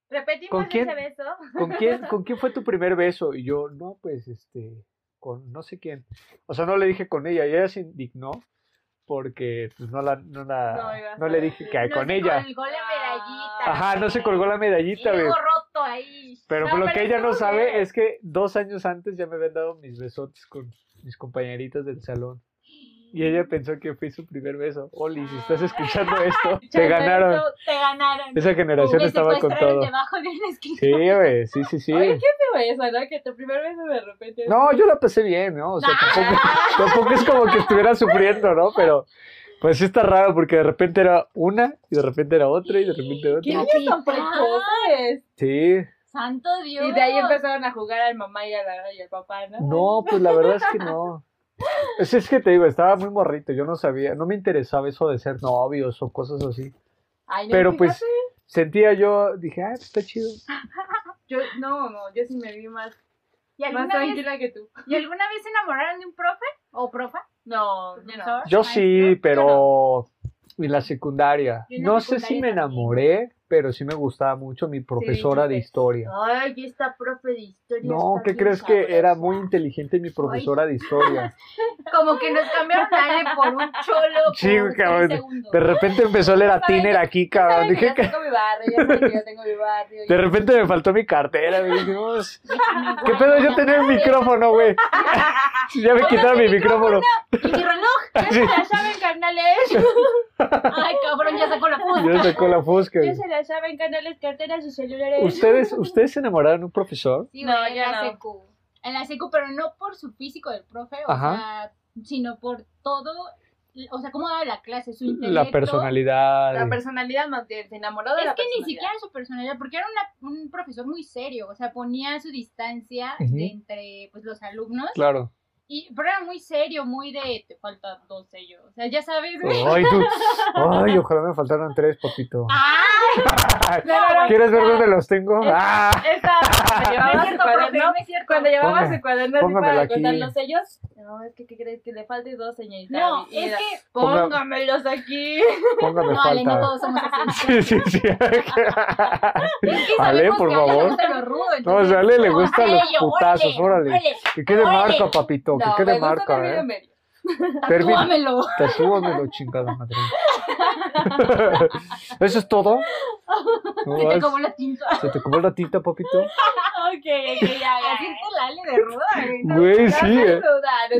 Speaker 4: Repetimos
Speaker 1: ¿Con quién?
Speaker 4: ese beso.
Speaker 1: ¿con quién, ¿con quién fue tu primer beso? Y yo, no, pues, este, con no sé quién. O sea, no le dije con ella y ella se indignó porque pues, no, la, no, la-
Speaker 4: No ibas
Speaker 1: no
Speaker 4: a
Speaker 1: le dije que
Speaker 3: No
Speaker 1: Eh, con
Speaker 3: se
Speaker 1: ella.
Speaker 3: colgó la medallita.
Speaker 1: Ajá, no se colgó la medallita,
Speaker 3: Y
Speaker 1: güey.
Speaker 3: luego roto ahí.
Speaker 1: Pero pues,
Speaker 4: No,
Speaker 1: lo
Speaker 4: pero
Speaker 1: que ella no
Speaker 4: estuvo
Speaker 1: sabe
Speaker 4: bien.
Speaker 1: es que dos años antes ya me habían dado mis besotes con mis compañeritas del salón. Y ella pensó que fue su primer beso. Oli, si
Speaker 4: Ah.
Speaker 1: estás escuchando esto, te ganaron.
Speaker 4: Beso,
Speaker 3: Te ganaron.
Speaker 1: Esa generación
Speaker 3: Me
Speaker 1: estaba con
Speaker 3: secuestraron
Speaker 1: todo.
Speaker 3: debajo de un
Speaker 1: Sí,
Speaker 3: escritorio.
Speaker 1: güey, sí, sí, sí.
Speaker 4: Oye, ¿qué fue eso, no? Que tu primer beso de repente.
Speaker 1: No, yo la pasé bien, ¿no? O sea, tampoco,
Speaker 3: Ah.
Speaker 1: tampoco es como que estuviera sufriendo, ¿no? Pero pues sí está raro porque de repente era una y de repente era otra y de repente
Speaker 4: ¿Qué
Speaker 1: otra.
Speaker 4: niños
Speaker 3: Ah,
Speaker 4: tan precoces?
Speaker 1: Sí.
Speaker 3: Santo Dios.
Speaker 4: Y de ahí empezaron a jugar al mamá y, a la- y al papá, ¿no?
Speaker 1: No, pues la verdad es que no. Es, es que te digo, estaba muy morrito, yo no sabía, no me interesaba eso de ser novios o cosas así.
Speaker 4: Ay, no,
Speaker 1: Pero
Speaker 4: fíjate,
Speaker 1: pues sentía yo, dije, ah, está chido.
Speaker 4: Yo, no, no, yo sí me vi más,
Speaker 3: ¿Y
Speaker 4: más
Speaker 3: alguna, vez,
Speaker 4: tranquila que tú.
Speaker 3: ¿Y alguna vez se enamoraron de un profe o profa?
Speaker 4: No, yo no.
Speaker 3: Profesor,
Speaker 1: Yo sí,
Speaker 3: maestro.
Speaker 1: pero en la secundaria.
Speaker 3: Yo en la
Speaker 1: No sé si
Speaker 3: secundaria
Speaker 1: me
Speaker 3: también.
Speaker 1: enamoré, pero sí me gustaba mucho mi profesora de
Speaker 3: pues.
Speaker 4: súper.
Speaker 1: historia.
Speaker 3: Ay, esta profe de historia.
Speaker 1: No,
Speaker 3: está
Speaker 1: ¿qué
Speaker 3: bien
Speaker 1: crees que
Speaker 3: sabrosa.
Speaker 1: era muy inteligente mi profesora de historia?
Speaker 3: Como que nos cambiaron a Ale por un cholo. por
Speaker 1: Sí,
Speaker 3: tres
Speaker 1: cabrón.
Speaker 3: segundos.
Speaker 1: De repente empezó a leer a
Speaker 4: Saben
Speaker 1: Tiner
Speaker 4: que-
Speaker 1: aquí, cabrón.
Speaker 4: Saben
Speaker 1: Ah,
Speaker 4: que
Speaker 1: Dije
Speaker 4: yo
Speaker 1: que
Speaker 4: tengo mi barrio, ya saben que yo tengo mi barrio.
Speaker 1: de repente me faltó mi cartera. güey. Dije, "Oh, ¿Qué pedo yo tenía el micrófono, güey? Ya me quitaron mi micrófono.
Speaker 3: Y mi reloj, ya
Speaker 1: Sí.
Speaker 3: se la saben, carnales. Ay, cabrón, ya sacó la
Speaker 1: Yo
Speaker 3: puta.
Speaker 1: le sacó la fusca.
Speaker 3: Ya
Speaker 1: güey.
Speaker 3: se la saben, carnales, carteras y celulares.
Speaker 1: ¿Ustedes, ¿Ustedes se enamoraron de un profesor?
Speaker 3: Sí,
Speaker 4: No,
Speaker 3: güey, en
Speaker 4: yo
Speaker 3: la
Speaker 4: no.
Speaker 3: secu. En la secu, pero no por su físico del profe, o
Speaker 1: Ajá.
Speaker 3: sea, sino por todo, o sea, cómo daba la clase, su intelecto.
Speaker 1: La personalidad. eh,
Speaker 4: La personalidad no tiene, se enamoró de
Speaker 3: Es
Speaker 4: la
Speaker 3: que ni
Speaker 4: personalidad.
Speaker 3: siquiera su personalidad, porque era una- un profesor muy serio, o sea, ponía su distancia
Speaker 1: Ujú.
Speaker 3: de entre pues, los alumnos,
Speaker 1: Claro.
Speaker 3: y, pero era muy serio, muy de, te faltan dos sellos, o sea, ya sabes, güey.
Speaker 1: Ay, tú. Ay, ojalá me faltaran tres, papito.
Speaker 3: ¡Ah!
Speaker 4: No, no, no,
Speaker 1: ¿Quieres ver
Speaker 4: esta-
Speaker 1: dónde los tengo?
Speaker 4: Es-
Speaker 1: ¡Ah!
Speaker 4: esta-
Speaker 3: No
Speaker 4: cuando
Speaker 3: es
Speaker 4: llevaba su
Speaker 3: cierto, profe,
Speaker 4: cuaderno,
Speaker 3: no es cierto.
Speaker 4: cuando llevaba
Speaker 1: Ponme-
Speaker 4: su cuaderno así
Speaker 1: póngamelo
Speaker 4: para
Speaker 1: aquí.
Speaker 4: contar los sellos. No, es que ¿qué crees? Que le falte dos, señorita.
Speaker 3: No,
Speaker 4: Y
Speaker 3: es
Speaker 4: era,
Speaker 3: que...
Speaker 1: Ponga-
Speaker 4: Póngamelos aquí.
Speaker 1: Póngame
Speaker 3: No, Ale, no
Speaker 1: falta.
Speaker 3: todos somos así.
Speaker 1: Sí, sí, sí.
Speaker 3: Es que
Speaker 1: Ale,
Speaker 3: sabemos
Speaker 1: por
Speaker 3: que a Ale le
Speaker 1: favor.
Speaker 3: gusta lo rudo,
Speaker 1: No, o
Speaker 3: entonces-
Speaker 1: sea, a Ale le gustan los
Speaker 3: Sello,
Speaker 1: putazos, órale.
Speaker 3: órale.
Speaker 1: Que quede
Speaker 3: órale.
Speaker 1: marca, papito, que
Speaker 4: No,
Speaker 1: quede
Speaker 4: me gusta
Speaker 1: marca,
Speaker 4: también
Speaker 1: eh.
Speaker 4: medio.
Speaker 1: Permi-
Speaker 3: Túamelo.
Speaker 1: Tatúamelo, chingada madre. ¿Eso es todo? No,
Speaker 3: Se te
Speaker 1: vas-
Speaker 3: acabó la tinta.
Speaker 1: Se te acabó la tinta, papito.
Speaker 4: Ah, Ok, ok, ya,
Speaker 3: Así
Speaker 4: ya.
Speaker 3: está la Ale de ruda, güey.
Speaker 1: Güey,
Speaker 4: Ya
Speaker 1: sí,
Speaker 4: me
Speaker 1: eh.
Speaker 4: sudaron,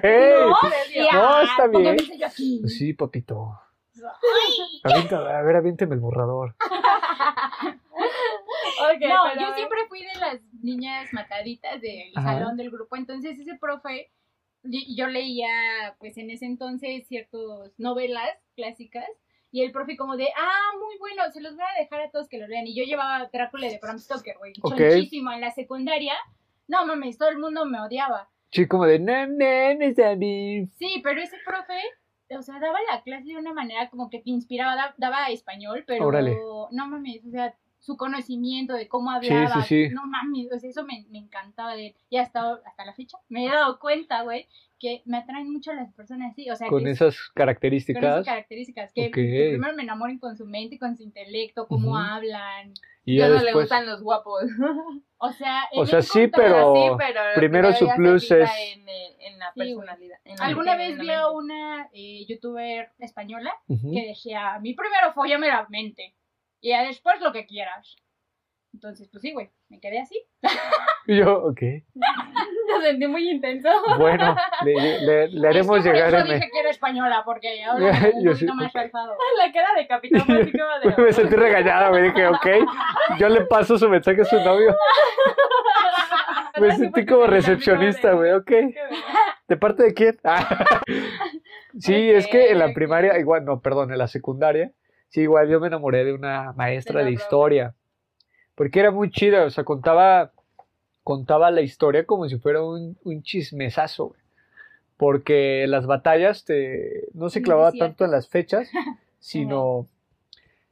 Speaker 1: Güey.
Speaker 4: medio.
Speaker 1: No, está
Speaker 3: Póngame
Speaker 1: bien. Pues
Speaker 3: el sello aquí.
Speaker 1: Sí, papito. Avienta- a ver, aviénteme el borrador.
Speaker 4: Ok,
Speaker 3: no,
Speaker 4: pero
Speaker 3: yo
Speaker 4: bueno.
Speaker 3: siempre fui de las niñas mataditas del
Speaker 1: Ajá.
Speaker 3: salón del grupo, entonces ese profe, y- yo leía pues en ese entonces ciertas novelas clásicas y el profe como de, ah, muy bueno, se los voy a dejar a todos que lo lean y yo llevaba Drácula de Bram Stoker, güey,
Speaker 1: Ok.
Speaker 3: chonchísima en la secundaria, no mames, todo el mundo me odiaba,
Speaker 1: Sí, como de, no mames, a mí.
Speaker 3: sí, pero ese profe... O sea, daba la clase de una manera como que te inspiraba, da- daba español, pero
Speaker 1: Órale.
Speaker 3: no mames, o sea, su conocimiento de cómo hablaba.
Speaker 1: sí, sí.
Speaker 3: No mames, o sea, eso me, me encantaba de él. Y hasta, hasta la fecha me he dado cuenta, güey, que me atraen mucho las personas así. O sea,
Speaker 1: Con
Speaker 3: que
Speaker 1: esas
Speaker 3: con esas
Speaker 1: características.
Speaker 3: características. Que
Speaker 1: Ok.
Speaker 3: que primero me enamoren con su mente, con su intelecto, cómo
Speaker 1: Ujú.
Speaker 3: hablan.
Speaker 1: Y
Speaker 4: Ya
Speaker 1: ya
Speaker 4: no le
Speaker 1: después.
Speaker 4: gustan los guapos.
Speaker 3: O sea,
Speaker 1: O
Speaker 3: en
Speaker 1: sea,
Speaker 3: ese
Speaker 1: sí,
Speaker 3: punto-
Speaker 1: pero-
Speaker 4: sí, pero
Speaker 1: primero su
Speaker 4: ya se
Speaker 1: plus
Speaker 4: fija
Speaker 1: es-
Speaker 4: En, eh, en la
Speaker 3: Sí, güey.
Speaker 4: personalidad. en la
Speaker 3: Alguna
Speaker 4: mente,
Speaker 3: vez
Speaker 4: en la
Speaker 3: vi a
Speaker 4: mente.
Speaker 3: una eh, youtuber española
Speaker 1: Ujú.
Speaker 3: que decía, a mí primero fóllame la mente y ya después lo que quieras. Entonces, pues sí, güey, me quedé así.
Speaker 1: Y yo, ok.
Speaker 4: Lo sentí muy intenso.
Speaker 1: Bueno, le, le- le haremos
Speaker 3: Es que por
Speaker 1: llegar
Speaker 3: eso
Speaker 1: en.
Speaker 3: dije que era española, porque ahora un
Speaker 1: Yo
Speaker 3: poquito
Speaker 1: sí.
Speaker 3: más alzado.
Speaker 4: La cara de Capitán así como de...
Speaker 1: Me sentí regañada, me dije, ok. Yo le paso su mensaje a su novio. Me sentí como recepcionista, güey, ok. ¿De parte de quién? Ah. Sí, es que en la
Speaker 4: Ok,
Speaker 1: primaria, igual, no, perdón, en la secundaria, sí, igual yo me enamoré de una maestra
Speaker 4: la
Speaker 1: de
Speaker 4: profe.
Speaker 1: historia. Porque era muy chida, o sea, contaba, contaba la historia como si fuera un, un chismesazo, güey. Porque las batallas te- no se
Speaker 3: No es
Speaker 1: clavaba
Speaker 3: cierto.
Speaker 1: tanto en las fechas, sino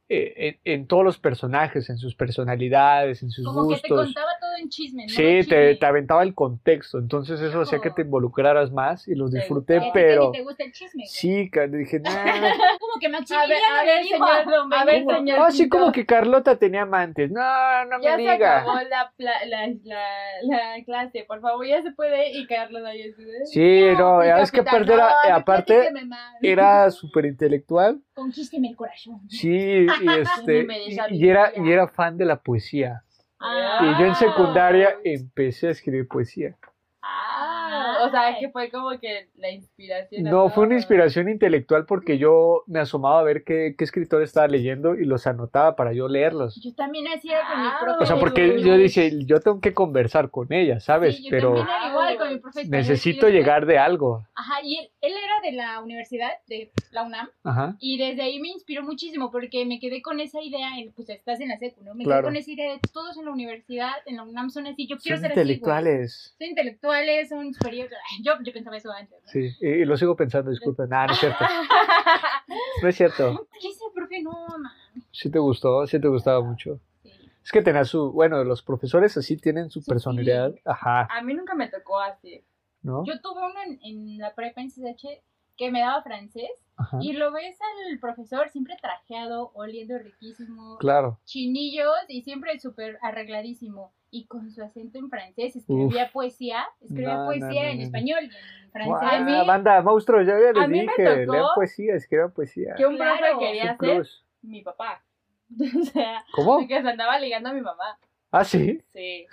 Speaker 1: eh, en, en todos los personajes, en sus personalidades, en sus
Speaker 3: Como que te
Speaker 1: gustos.
Speaker 3: contaba todo en chisme, ¿no?
Speaker 1: Sí, te,
Speaker 3: Chisme.
Speaker 1: te aventaba el contexto, entonces eso hacía que te involucraras más y los
Speaker 4: Te
Speaker 1: disfruté,
Speaker 3: Y Este, a ti que
Speaker 1: pero
Speaker 3: ni te gusta el chisme. güey.
Speaker 1: sí, ca- dije, "Nah".
Speaker 3: Como que
Speaker 4: A ver,
Speaker 3: Maximiliano
Speaker 4: a ver,
Speaker 3: le dijo a
Speaker 4: señor,
Speaker 3: Don
Speaker 4: a ver,
Speaker 3: Benito,
Speaker 4: señor.
Speaker 1: no, así
Speaker 4: Tito,
Speaker 1: como que Carlota tenía amantes, no, no me
Speaker 4: Ya se
Speaker 1: diga.
Speaker 4: acabó la, pla- la, la, la clase, por favor, ya se puede. Y Carlos ahí así de-
Speaker 1: Sí, no,
Speaker 4: mi
Speaker 1: es que
Speaker 4: capitán,
Speaker 1: aparte era-
Speaker 4: pues, no, no
Speaker 1: aparte eh,
Speaker 4: platíqueme más.
Speaker 1: era súper intelectual,
Speaker 3: Conquísteme el corazón.
Speaker 1: sí, y este,
Speaker 4: me
Speaker 1: y,
Speaker 4: des
Speaker 1: y era, y
Speaker 4: sabiduría.
Speaker 1: era fan de la poesía.
Speaker 4: Ah.
Speaker 1: Y yo en
Speaker 4: Ah.
Speaker 1: secundaria empecé a escribir poesía.
Speaker 4: Ah, o sea, que fue como que la inspiración. a
Speaker 1: No, fue una
Speaker 4: todo.
Speaker 1: inspiración intelectual porque yo me asomaba a ver qué, qué escritor estaba leyendo y los anotaba para yo leerlos.
Speaker 3: Yo también hacía con mi
Speaker 4: Ah.
Speaker 3: profe.
Speaker 1: O sea,
Speaker 3: de
Speaker 1: porque
Speaker 3: luz.
Speaker 1: yo dije, yo tengo que conversar con ella, ¿sabes?
Speaker 3: Sí, yo
Speaker 1: Pero
Speaker 3: también era igual con mi profe. español,
Speaker 1: necesito
Speaker 3: y después-
Speaker 1: llegar de algo.
Speaker 3: Ajá, y él, él era de la universidad, de la UNAM.
Speaker 1: Ajá.
Speaker 3: Y desde ahí me inspiró muchísimo porque me quedé con esa idea, en- pues estás en la secu, ¿no? Me
Speaker 1: Claro.
Speaker 3: quedé con esa idea de todos en la universidad, en la UNAM son así, yo quiero
Speaker 1: Son
Speaker 3: ser así, güey.
Speaker 1: intelectuales.
Speaker 3: Son intelectuales, son superiores. Ay, Yo, yo pensaba eso antes, ¿no?
Speaker 1: Sí, y, y lo sigo pensando, disculpen. Nah, no es cierto. No es cierto.
Speaker 3: ¿Qué sé, profe? No, no.
Speaker 1: Sí te gustó, sí te gustaba mucho.
Speaker 3: Sí.
Speaker 1: Es que tenía su, bueno, los profesores así tienen su
Speaker 3: Su
Speaker 1: personalidad. Ajá,
Speaker 4: A mí nunca me tocó así.
Speaker 1: ¿no?
Speaker 3: Yo tuve uno en, en la prepa en CCH que me daba francés.
Speaker 1: Ajá.
Speaker 3: Y lo ves al profesor siempre trajeado, oliendo riquísimo,
Speaker 1: Claro.
Speaker 3: chinillos y siempre súper arregladísimo. Y con su acento en francés escribía poesía, escribía
Speaker 1: No, no,
Speaker 3: poesía
Speaker 1: no,
Speaker 3: en
Speaker 1: no.
Speaker 3: español y en francés.
Speaker 1: Guau,
Speaker 4: A mí-
Speaker 1: banda, monstruos, ya, ya
Speaker 3: a
Speaker 1: les
Speaker 3: mí me
Speaker 1: dije,
Speaker 3: tocó
Speaker 1: lean poesía, escriban poesía.
Speaker 4: Que un
Speaker 3: Claro.
Speaker 4: profe quería
Speaker 1: Su Oh.
Speaker 4: hacer
Speaker 1: plus.
Speaker 4: mi papá. O sea,
Speaker 1: ¿Cómo?
Speaker 4: que se andaba ligando a mi mamá.
Speaker 1: Ah, sí.
Speaker 4: Sí.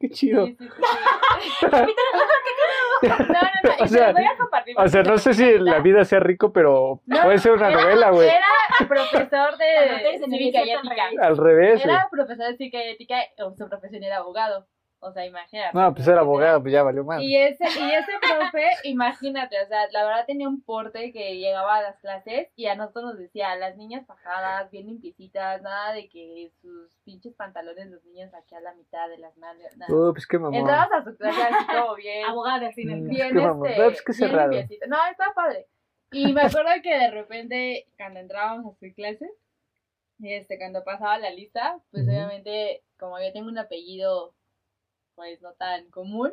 Speaker 1: Qué
Speaker 4: sí,
Speaker 1: chido.
Speaker 4: sí, sí, sí. no, no, no.
Speaker 1: O
Speaker 4: Y se
Speaker 1: sea,
Speaker 4: los voy a compartir.
Speaker 1: O sea, no sé si la vida sea rico, pero
Speaker 4: No,
Speaker 1: puede ser una
Speaker 4: era-
Speaker 1: novela, güey.
Speaker 4: Era profesor
Speaker 3: Cuando eres
Speaker 4: de
Speaker 3: en
Speaker 4: cívica y
Speaker 3: el desierto,
Speaker 4: ética.
Speaker 3: rey.
Speaker 1: Al revés. güey.
Speaker 4: Era profesor de cívica y ética, o su profesión era abogado. O sea, imagínate.
Speaker 1: No, pues era abogado, pues ya valió más.
Speaker 4: Y ese, y ese profe, imagínate, o sea, la verdad tenía un porte que llegaba a las clases y a nosotros nos decía, las niñas fajadas, bien limpiecitas, nada de que sus pinches pantalones los niños aquí a la mitad de las nalgas, nada.
Speaker 1: Uh, pues qué mamón.
Speaker 4: Entrabas a su clase así como bien,
Speaker 3: Abogada, al fin y
Speaker 1: Mm.
Speaker 3: al cabo.
Speaker 4: bien,
Speaker 1: qué mamón.
Speaker 4: este,
Speaker 1: No, pues qué
Speaker 4: bien
Speaker 1: cerrado.
Speaker 4: limpiecita. No, estaba padre. Y me acuerdo que de repente, cuando entrábamos a su clase, este, cuando pasaba la lista, pues
Speaker 1: Ujú.
Speaker 4: obviamente, como yo tengo un apellido, pues no tan común,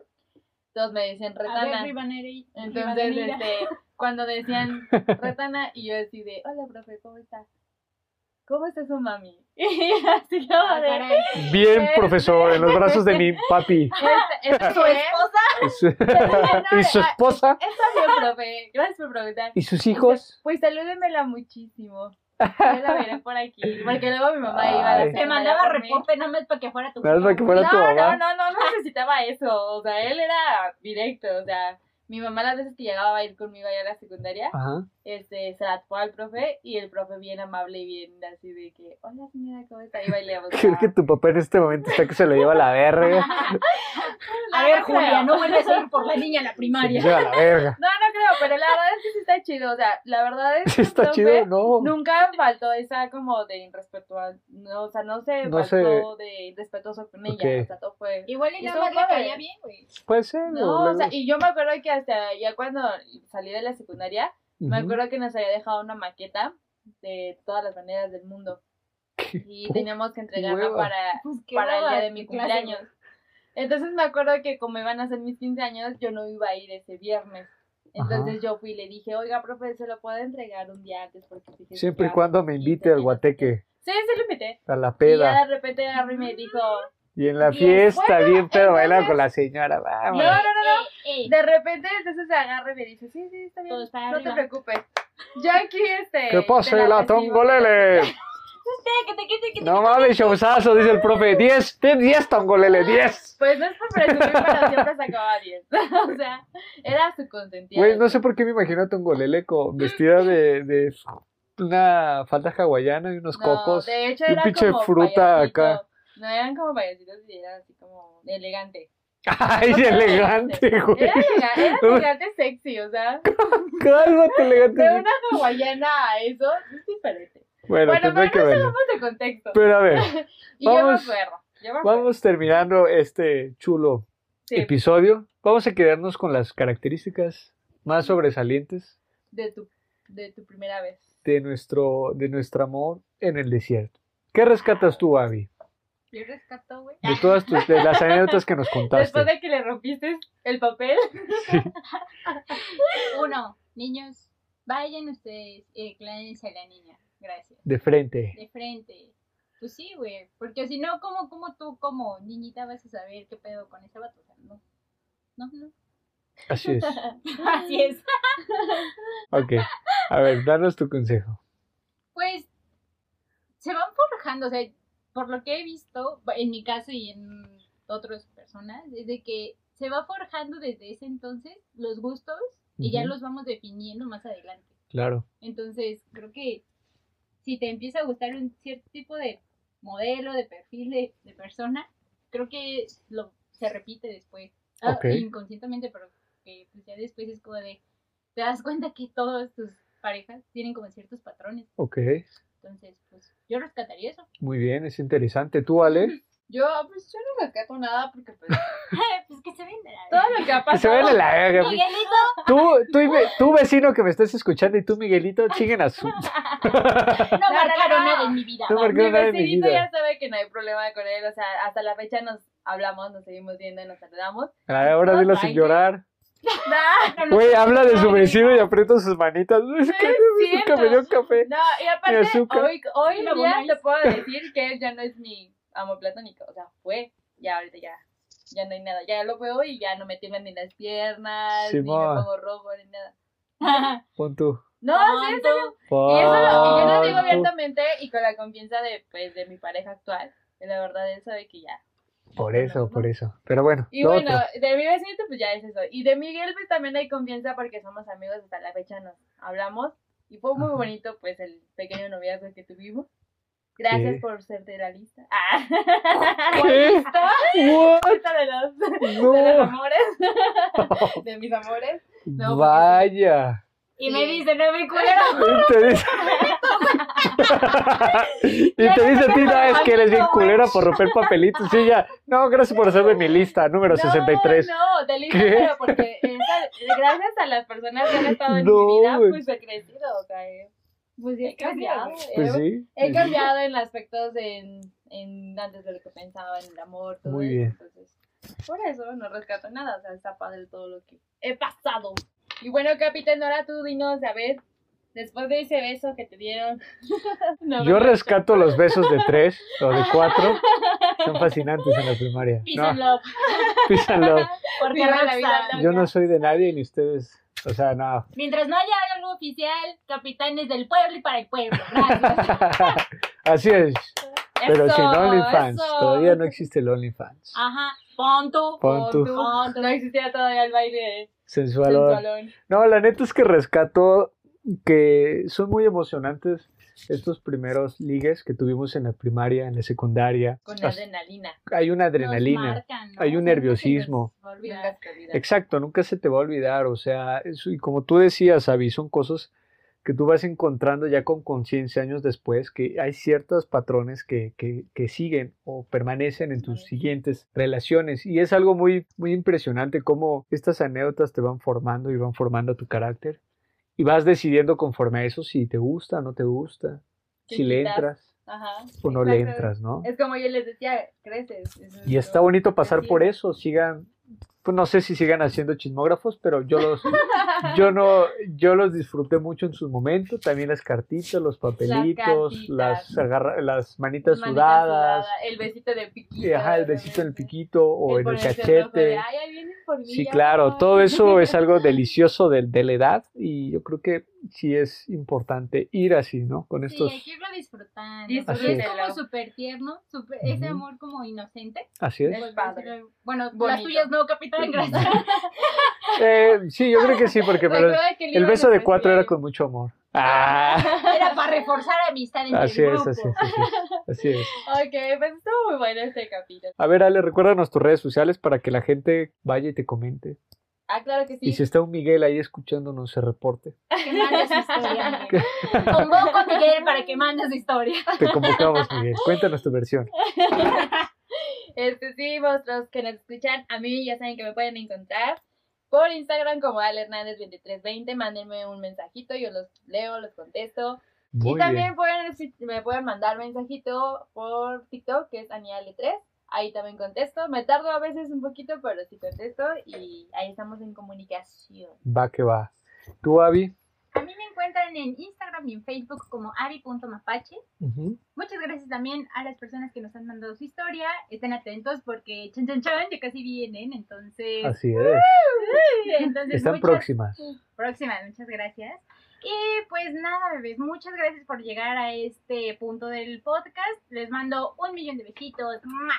Speaker 4: entonces me dicen
Speaker 3: A ver,
Speaker 4: Retana.
Speaker 3: Ribaneri-
Speaker 4: Entonces,
Speaker 3: Rivadeneira.
Speaker 4: este, cuando decían Retana, y yo así de, hola, profe, ¿cómo está? ¿Cómo está su mami? Y así como
Speaker 3: Ah,
Speaker 4: de,
Speaker 3: caray.
Speaker 4: eh,
Speaker 1: Bien, profesor, en los brazos de mi papi.
Speaker 4: ¿esta es su esposa?
Speaker 1: Y su, y su
Speaker 4: ah,
Speaker 1: esposa
Speaker 4: Está bien, profe, gracias por preguntar.
Speaker 1: y sus hijos.
Speaker 4: Pues salúdemela muchísimo. Yo la veré por aquí, porque luego mi mamá iba a
Speaker 1: Ay.
Speaker 4: la
Speaker 3: Te
Speaker 4: secundaria
Speaker 3: mandaba
Speaker 4: por mí.
Speaker 3: reporte nada más para que fuera tu
Speaker 1: Nada más para que fuera-
Speaker 4: no,
Speaker 1: tu mamá.
Speaker 4: No, no, no, no necesitaba eso. O sea, él era directo. O sea, mi mamá las veces que llegaba a ir conmigo allá a la secundaria,
Speaker 1: Ajá.
Speaker 4: este, se la topó al profe y el profe bien amable y bien así de que, hola señora, ¿cómo está? Y bailamos.
Speaker 1: Creo que tu papá en este momento está que se lo lleva a la verga.
Speaker 3: A ver, Julia, Ah, no vuelves a ir por la niña a la
Speaker 1: Se lo
Speaker 3: primaria.
Speaker 1: lleva a la verga.
Speaker 4: No, no creo, pero la verdad es que sí está chido. O sea, la verdad es que el
Speaker 1: ¿Está
Speaker 4: profe
Speaker 1: chido? No.
Speaker 4: Nunca faltó esa como de irrespetuosa, no, o sea, no se
Speaker 1: No sé.
Speaker 4: faltó de irrespetuoso con ella,
Speaker 1: Ok.
Speaker 4: o sea, todo fue...
Speaker 3: Igual y
Speaker 4: Y
Speaker 3: nada más
Speaker 4: son
Speaker 3: le
Speaker 4: jóvenes.
Speaker 3: caía bien, güey.
Speaker 1: Puede ser.
Speaker 4: No, o sea,
Speaker 1: luego-
Speaker 4: y yo me acuerdo que hasta ya cuando salí de la secundaria, me
Speaker 1: Ujú.
Speaker 4: acuerdo que nos había dejado una maqueta de todas las maneras del mundo
Speaker 1: Qué
Speaker 4: y
Speaker 1: pu-
Speaker 4: teníamos que entregarla
Speaker 1: hueva.
Speaker 4: para,
Speaker 3: Pues qué
Speaker 4: para el
Speaker 3: hueva,
Speaker 4: día de mi
Speaker 3: qué clase,
Speaker 4: cumpleaños. Entonces me acuerdo que como iban a ser mis 15 años, yo no iba a ir ese viernes. Entonces yo fui y le dije, oiga, profe, se lo puedo entregar un día antes porque sí que
Speaker 1: Siempre y
Speaker 4: ya".
Speaker 1: cuando me invite al guateque,
Speaker 4: Sí, se lo invité.
Speaker 1: a la
Speaker 4: Y ya
Speaker 1: peda.
Speaker 4: de repente agarró y me dijo,
Speaker 1: Y en la
Speaker 4: y
Speaker 1: fiesta,
Speaker 4: bueno,
Speaker 1: bien pedo, baila
Speaker 4: entonces-
Speaker 1: con la señora.
Speaker 4: no,
Speaker 1: Vamos.
Speaker 4: no, no, no.
Speaker 3: Ey, ey,
Speaker 4: De repente entonces se agarra y me dice, sí, sí, está bien,
Speaker 3: Todos para
Speaker 4: no te
Speaker 3: arriba.
Speaker 4: preocupes. Yo aquí, este...
Speaker 1: ¿Qué
Speaker 4: te
Speaker 1: pasa, la
Speaker 4: recibo.
Speaker 1: tongolele?
Speaker 3: que te- que te- que te-
Speaker 1: No mames, showzazo, dice el profe. 10, 10 tongolele, 10.
Speaker 4: Pues no es por presumir, pero siempre sacaba 10. o sea, era su consentida.
Speaker 1: Güey, no sé por qué me imagino a Tongolele con, vestida de, de una falda hawaiana y unos
Speaker 4: No,
Speaker 1: cocos.
Speaker 4: de hecho
Speaker 1: y un
Speaker 4: era
Speaker 1: pinche
Speaker 4: como
Speaker 1: fruta
Speaker 4: payasito.
Speaker 1: acá.
Speaker 4: No eran como payasitos, eran así como elegante.
Speaker 1: Ay, elegante, güey.
Speaker 4: Era, elega- era elegante sexy, o sea,
Speaker 1: Cálmate, elegante.
Speaker 4: de una hawaiana a eso es diferente.
Speaker 1: Bueno,
Speaker 4: Bueno,
Speaker 1: tendré
Speaker 4: pero
Speaker 1: que
Speaker 4: no
Speaker 1: verlo.
Speaker 4: Vamos de contexto.
Speaker 1: Pero a ver,
Speaker 4: Y yo me
Speaker 1: vamos-
Speaker 4: acuerdo. Yo me acuerdo.
Speaker 1: vamos terminando este chulo
Speaker 4: Sí,
Speaker 1: episodio. Vamos a quedarnos con las características más sobresalientes
Speaker 4: de tu, de tu primera vez.
Speaker 1: de nuestro, de nuestro amor en el desierto. ¿Qué rescatas tú, Abby?
Speaker 3: Yo rescato, güey.
Speaker 1: De todas tus, de las anécdotas que nos contaste.
Speaker 4: Después de que le rompiste el papel,
Speaker 3: Uno, niños, vayan ustedes y declárense a la niña. Gracias.
Speaker 1: de frente.
Speaker 3: De frente. Pues sí, güey. Porque si no, ¿cómo, cómo tú, como niñita, vas a saber qué pedo con ese vato? O sea, no. No, no.
Speaker 1: Así es.
Speaker 3: Así es.
Speaker 1: Ok. A ver, danos tu consejo.
Speaker 3: Pues se van forjando, o sea, por lo que he visto, en mi caso y en otras personas, es de que se va forjando desde ese entonces los gustos y ya
Speaker 1: Ujú.
Speaker 3: los vamos definiendo más adelante.
Speaker 1: Claro.
Speaker 3: Entonces, creo que si te empieza a gustar un cierto tipo de modelo, de perfil de, de persona, creo que lo se repite después. Ah,
Speaker 1: Ok.
Speaker 3: inconscientemente, pero que pues, ya después es como de, te das cuenta que todas tus parejas tienen como ciertos patrones.
Speaker 1: Ok.
Speaker 3: Entonces, pues yo rescataría eso.
Speaker 1: Muy bien, es interesante. ¿Tú, Ale?
Speaker 4: yo, pues yo no rescato nada porque pues
Speaker 3: pues que se venda.
Speaker 4: todo lo que ha
Speaker 1: Que se
Speaker 4: pasado.
Speaker 1: vea la verga.
Speaker 3: Miguelito,
Speaker 1: Tú, tú, y ve- tú, vecino que me estás escuchando y tú, Miguelito, siguen a su...
Speaker 3: no,
Speaker 4: no,
Speaker 3: marcaron
Speaker 4: no.
Speaker 3: nada en mi vida.
Speaker 1: No
Speaker 3: va.
Speaker 1: marcaron
Speaker 4: mi
Speaker 1: nada en mi
Speaker 4: vecinito
Speaker 1: vida.
Speaker 4: ya sabe que no hay problema con él, o sea, hasta la fecha nos hablamos, nos seguimos viendo y nos saludamos.
Speaker 1: Ahora dilo sin llorar.
Speaker 4: No,
Speaker 1: Güey,
Speaker 3: no,
Speaker 1: habla de
Speaker 3: no,
Speaker 1: su
Speaker 3: no,
Speaker 1: vecino y aprieta sus manitas. Es que
Speaker 4: es
Speaker 1: nunca me dio
Speaker 4: cierto.
Speaker 1: café.
Speaker 4: No, y aparte,
Speaker 1: azúcar.
Speaker 4: hoy, hoy
Speaker 3: Una
Speaker 4: día
Speaker 3: bonais.
Speaker 4: te puedo decir que él ya no es mi amor platónico. O sea, fue. Ya ahorita ya. Ya no hay nada. Ya lo veo y ya no me tiemblan ni las piernas, ni
Speaker 1: Simón.
Speaker 4: me pongo rojo, ni nada.
Speaker 1: Pon tú.
Speaker 4: No, sí, en serio. Y eso lo- y yo lo digo abiertamente y con la confianza de, pues, de mi pareja actual. que La verdad, él sabe que ya.
Speaker 1: Por eso, por eso. Pero bueno,
Speaker 4: Y
Speaker 1: lo
Speaker 4: bueno,
Speaker 1: otro.
Speaker 4: de mi vecino, pues ya es eso. Y de Miguel, pues también hay confianza porque somos amigos hasta la fecha, nos hablamos. Y fue muy
Speaker 1: Ajá.
Speaker 4: bonito, pues, el pequeño noviazgo que tuvimos. Gracias
Speaker 1: Sí.
Speaker 4: por ser de la lista. Ah.
Speaker 1: ¿Qué?
Speaker 4: Lista,
Speaker 1: What?
Speaker 4: lista de los, de los
Speaker 1: No.
Speaker 4: amores, de mis amores. No, porque sí.
Speaker 1: Vaya.
Speaker 3: Y me dice, no me culero.
Speaker 1: Y te dice. y te dice a ti, no, es que eres bien culera por romper papelitos. Sí, ya. No, gracias por hacer de mi lista, número 63.
Speaker 4: No, no, de lista,
Speaker 1: ¿Qué?
Speaker 4: pero porque esa- gracias a las personas que han estado en
Speaker 1: No,
Speaker 4: mi vida,
Speaker 1: güey.
Speaker 4: pues he crecido, o sea, he-
Speaker 3: Pues
Speaker 4: he cambiado.
Speaker 1: Pues
Speaker 4: he-
Speaker 1: sí.
Speaker 4: He
Speaker 1: pues sí.
Speaker 4: cambiado en aspectos en, en antes de lo que pensaba, en el amor, todo
Speaker 1: Muy
Speaker 4: eso.
Speaker 1: bien.
Speaker 4: Entonces, por eso no rescato nada, o sea, está padre todo lo que he pasado. Y bueno, Capitán, ahora tú dinos, a ver, después de ese beso que te dieron. No,
Speaker 1: Yo
Speaker 4: no,
Speaker 1: rescato los besos de tres o de cuatro. Son fascinantes en la primaria. No,
Speaker 3: Písenlo.
Speaker 1: písanlo.
Speaker 3: Porque
Speaker 4: Viva la
Speaker 3: rockstar.
Speaker 4: vida loca.
Speaker 1: Yo no soy de nadie ni ustedes. O sea, no.
Speaker 3: Mientras no haya algo oficial, capitanes del pueblo y para el pueblo. Gracias.
Speaker 1: Así es. Pero
Speaker 4: eso,
Speaker 1: sin OnlyFans.
Speaker 4: eso.
Speaker 1: Todavía no existe el OnlyFans.
Speaker 3: Ajá. Pon tú.
Speaker 1: Pon tú.
Speaker 3: Pon tú.
Speaker 4: No existía todavía el baile
Speaker 1: Sensualón.
Speaker 4: sensualón.
Speaker 1: No, la neta es que rescato que son muy emocionantes estos primeros ligues que tuvimos en la primaria, en la secundaria.
Speaker 4: Con
Speaker 1: As-
Speaker 4: adrenalina.
Speaker 1: Hay una
Speaker 3: Nos
Speaker 1: adrenalina.
Speaker 3: marcan, ¿no?
Speaker 1: hay un
Speaker 3: Siempre
Speaker 1: nerviosismo.
Speaker 3: se nos va a olvidar.
Speaker 4: Nunca se olvida.
Speaker 1: Exacto, nunca se te va a olvidar, o sea, eso- y como tú decías, Avi, son cosas que tú vas encontrando ya con conciencia años después, que hay ciertos patrones que, que- que siguen o permanecen en tus
Speaker 4: Ujú.
Speaker 1: siguientes relaciones, y es algo muy, muy impresionante cómo estas anécdotas te van formando y van formando tu carácter, y vas decidiendo conforme a eso si te gusta o no te gusta,
Speaker 4: Sí,
Speaker 1: si le
Speaker 4: quizás.
Speaker 1: entras
Speaker 4: Ajá.
Speaker 1: o no le
Speaker 4: Exacto.
Speaker 1: entras, ¿no?
Speaker 4: Es como yo les decía, creces. eso es
Speaker 1: Y está
Speaker 4: lo-
Speaker 1: bonito pasar
Speaker 4: así
Speaker 1: por
Speaker 4: es.
Speaker 1: eso, sigan, pues no sé si sigan haciendo chismógrafos, pero yo los, yo no, yo los disfruté mucho en su momento, también las cartitas, los papelitos,
Speaker 4: cartitas.
Speaker 1: las, agarra- las manitas
Speaker 4: Manita
Speaker 1: sudadas,
Speaker 4: sudada, El besito de
Speaker 1: y,
Speaker 4: piquito.
Speaker 1: ajá, el besito en el
Speaker 4: obviamente.
Speaker 1: piquito o en el
Speaker 4: ponerse rojo de,
Speaker 1: cachete.
Speaker 4: Ay, ahí vienen por mí,
Speaker 1: Sí,
Speaker 4: ya
Speaker 1: claro,
Speaker 4: voy".
Speaker 1: todo eso es algo delicioso de, de la edad y yo creo que sí es importante ir así, ¿no? Con
Speaker 3: Sí,
Speaker 1: estos,
Speaker 3: hay que irlo disfrutando.
Speaker 4: Disfrútelo.
Speaker 3: Porque es como súper tierno, súper- ese
Speaker 1: Ujú.
Speaker 3: amor como inocente.
Speaker 1: así es.
Speaker 4: Es
Speaker 3: Volver a
Speaker 4: padre.
Speaker 3: ser- Bueno, las
Speaker 4: Bonito.
Speaker 3: tuyas no, capitán, gracias.
Speaker 1: Eh, sí, yo creo que sí, porque pero
Speaker 4: Recuerda que
Speaker 1: el beso de cuatro era
Speaker 4: como
Speaker 1: con mucho amor. ¡Ah!
Speaker 3: Era para reforzar amistad entre
Speaker 1: Así
Speaker 3: el
Speaker 1: es,
Speaker 3: grupo.
Speaker 1: así es, así es, así es.
Speaker 4: Ok, pues estuvo muy bueno este capítulo.
Speaker 1: A ver, Ale, recuérdanos tus redes sociales para que la gente vaya y te comente.
Speaker 4: Ah, claro que sí.
Speaker 1: Y si está un Miguel ahí escuchándonos, se reporte.
Speaker 3: Que mande su historia, Miguel. Convoco a Miguel para que mande su historia.
Speaker 1: Te convocamos, Miguel. Cuéntanos tu versión.
Speaker 4: Este sí, vosotros que nos escuchan, a mí ya saben que me pueden encontrar por Instagram como Ale Hernández 2320. Mándenme un mensajito, yo los leo, los contesto.
Speaker 1: Muy
Speaker 4: y
Speaker 1: bien.
Speaker 4: también pueden, si me pueden mandar mensajito por TikTok, que es Aniale3. Ahí también contesto. Me tardo a veces un poquito, pero sí contesto. Y ahí estamos en comunicación.
Speaker 1: Va que va. Tú, Avi.
Speaker 3: A mí me encuentran en Instagram y en Facebook como ari.mapache.
Speaker 1: Ujú.
Speaker 3: Muchas gracias también a las personas que nos han mandado su historia. Estén atentos porque chan chan chan ya casi vienen, entonces,
Speaker 1: Así es.
Speaker 3: entonces
Speaker 1: Están
Speaker 3: muchas-
Speaker 1: próximas.
Speaker 3: próximas, muchas gracias. Y pues nada, bebés, muchas gracias por llegar a este punto del podcast. Les mando un millón de besitos. ¡Mua!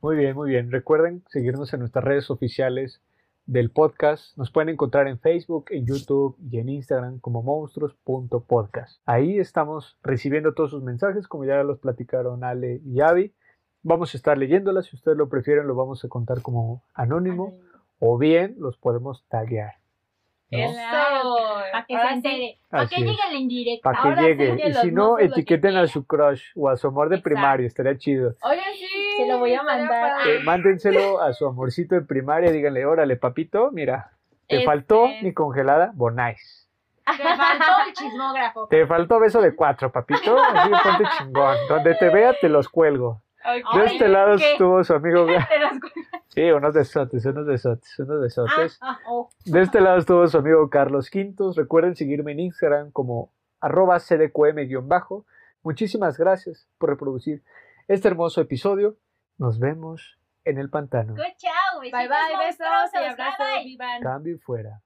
Speaker 1: Muy bien, muy bien. Recuerden seguirnos en nuestras redes oficiales del podcast. Nos pueden encontrar en Facebook, en YouTube y en Instagram como monstruos.podcast. Ahí estamos recibiendo todos sus mensajes, como ya los platicaron Ale y Avi. Vamos a estar leyéndolas. Si ustedes lo prefieren, lo vamos a contar como anónimo o bien los podemos taguear. ¿no?
Speaker 4: Eso.
Speaker 3: Para que
Speaker 4: Ahora
Speaker 3: se
Speaker 4: sí.
Speaker 3: entere. Para
Speaker 1: Así
Speaker 3: que
Speaker 1: es.
Speaker 3: llegue la indirecta.
Speaker 1: Para que
Speaker 4: Ahora sí
Speaker 1: llegue.
Speaker 4: que
Speaker 1: y
Speaker 4: los
Speaker 1: si no,
Speaker 4: monstruos lo que
Speaker 1: etiqueten a
Speaker 4: quieran.
Speaker 1: su crush o a su amor de
Speaker 4: Exacto.
Speaker 1: primaria. Estaría chido.
Speaker 4: Oye, sí.
Speaker 3: Se lo voy a
Speaker 4: estaría
Speaker 3: mandar.
Speaker 4: padre.
Speaker 1: Eh, mándenselo a su amorcito de primaria. Díganle, órale, papito, mira, Te
Speaker 4: Este,
Speaker 1: faltó mi congelada Bonais.
Speaker 3: Te faltó el chismógrafo.
Speaker 1: Te faltó beso de cuatro, papito. Así ponte chingón. Donde te vea, te los cuelgo.
Speaker 3: Ok.
Speaker 1: De este lado
Speaker 3: Ok.
Speaker 1: estuvo su amigo.
Speaker 3: Te las cu-
Speaker 1: Sí, unos desotes, unos desotes, unos desotes.
Speaker 3: Ah, ah, oh.
Speaker 1: De este lado estuvo su amigo Carlos Quintos. Recuerden seguirme en Instagram como arroba cdqm-bajo. Muchísimas gracias por reproducir este hermoso episodio. Nos vemos en el pantano.
Speaker 3: Good, Chao.
Speaker 4: Bye bye, besos y
Speaker 3: Bye
Speaker 4: abrazos.
Speaker 3: bye.
Speaker 4: Vivan.
Speaker 1: Cambio y fuera.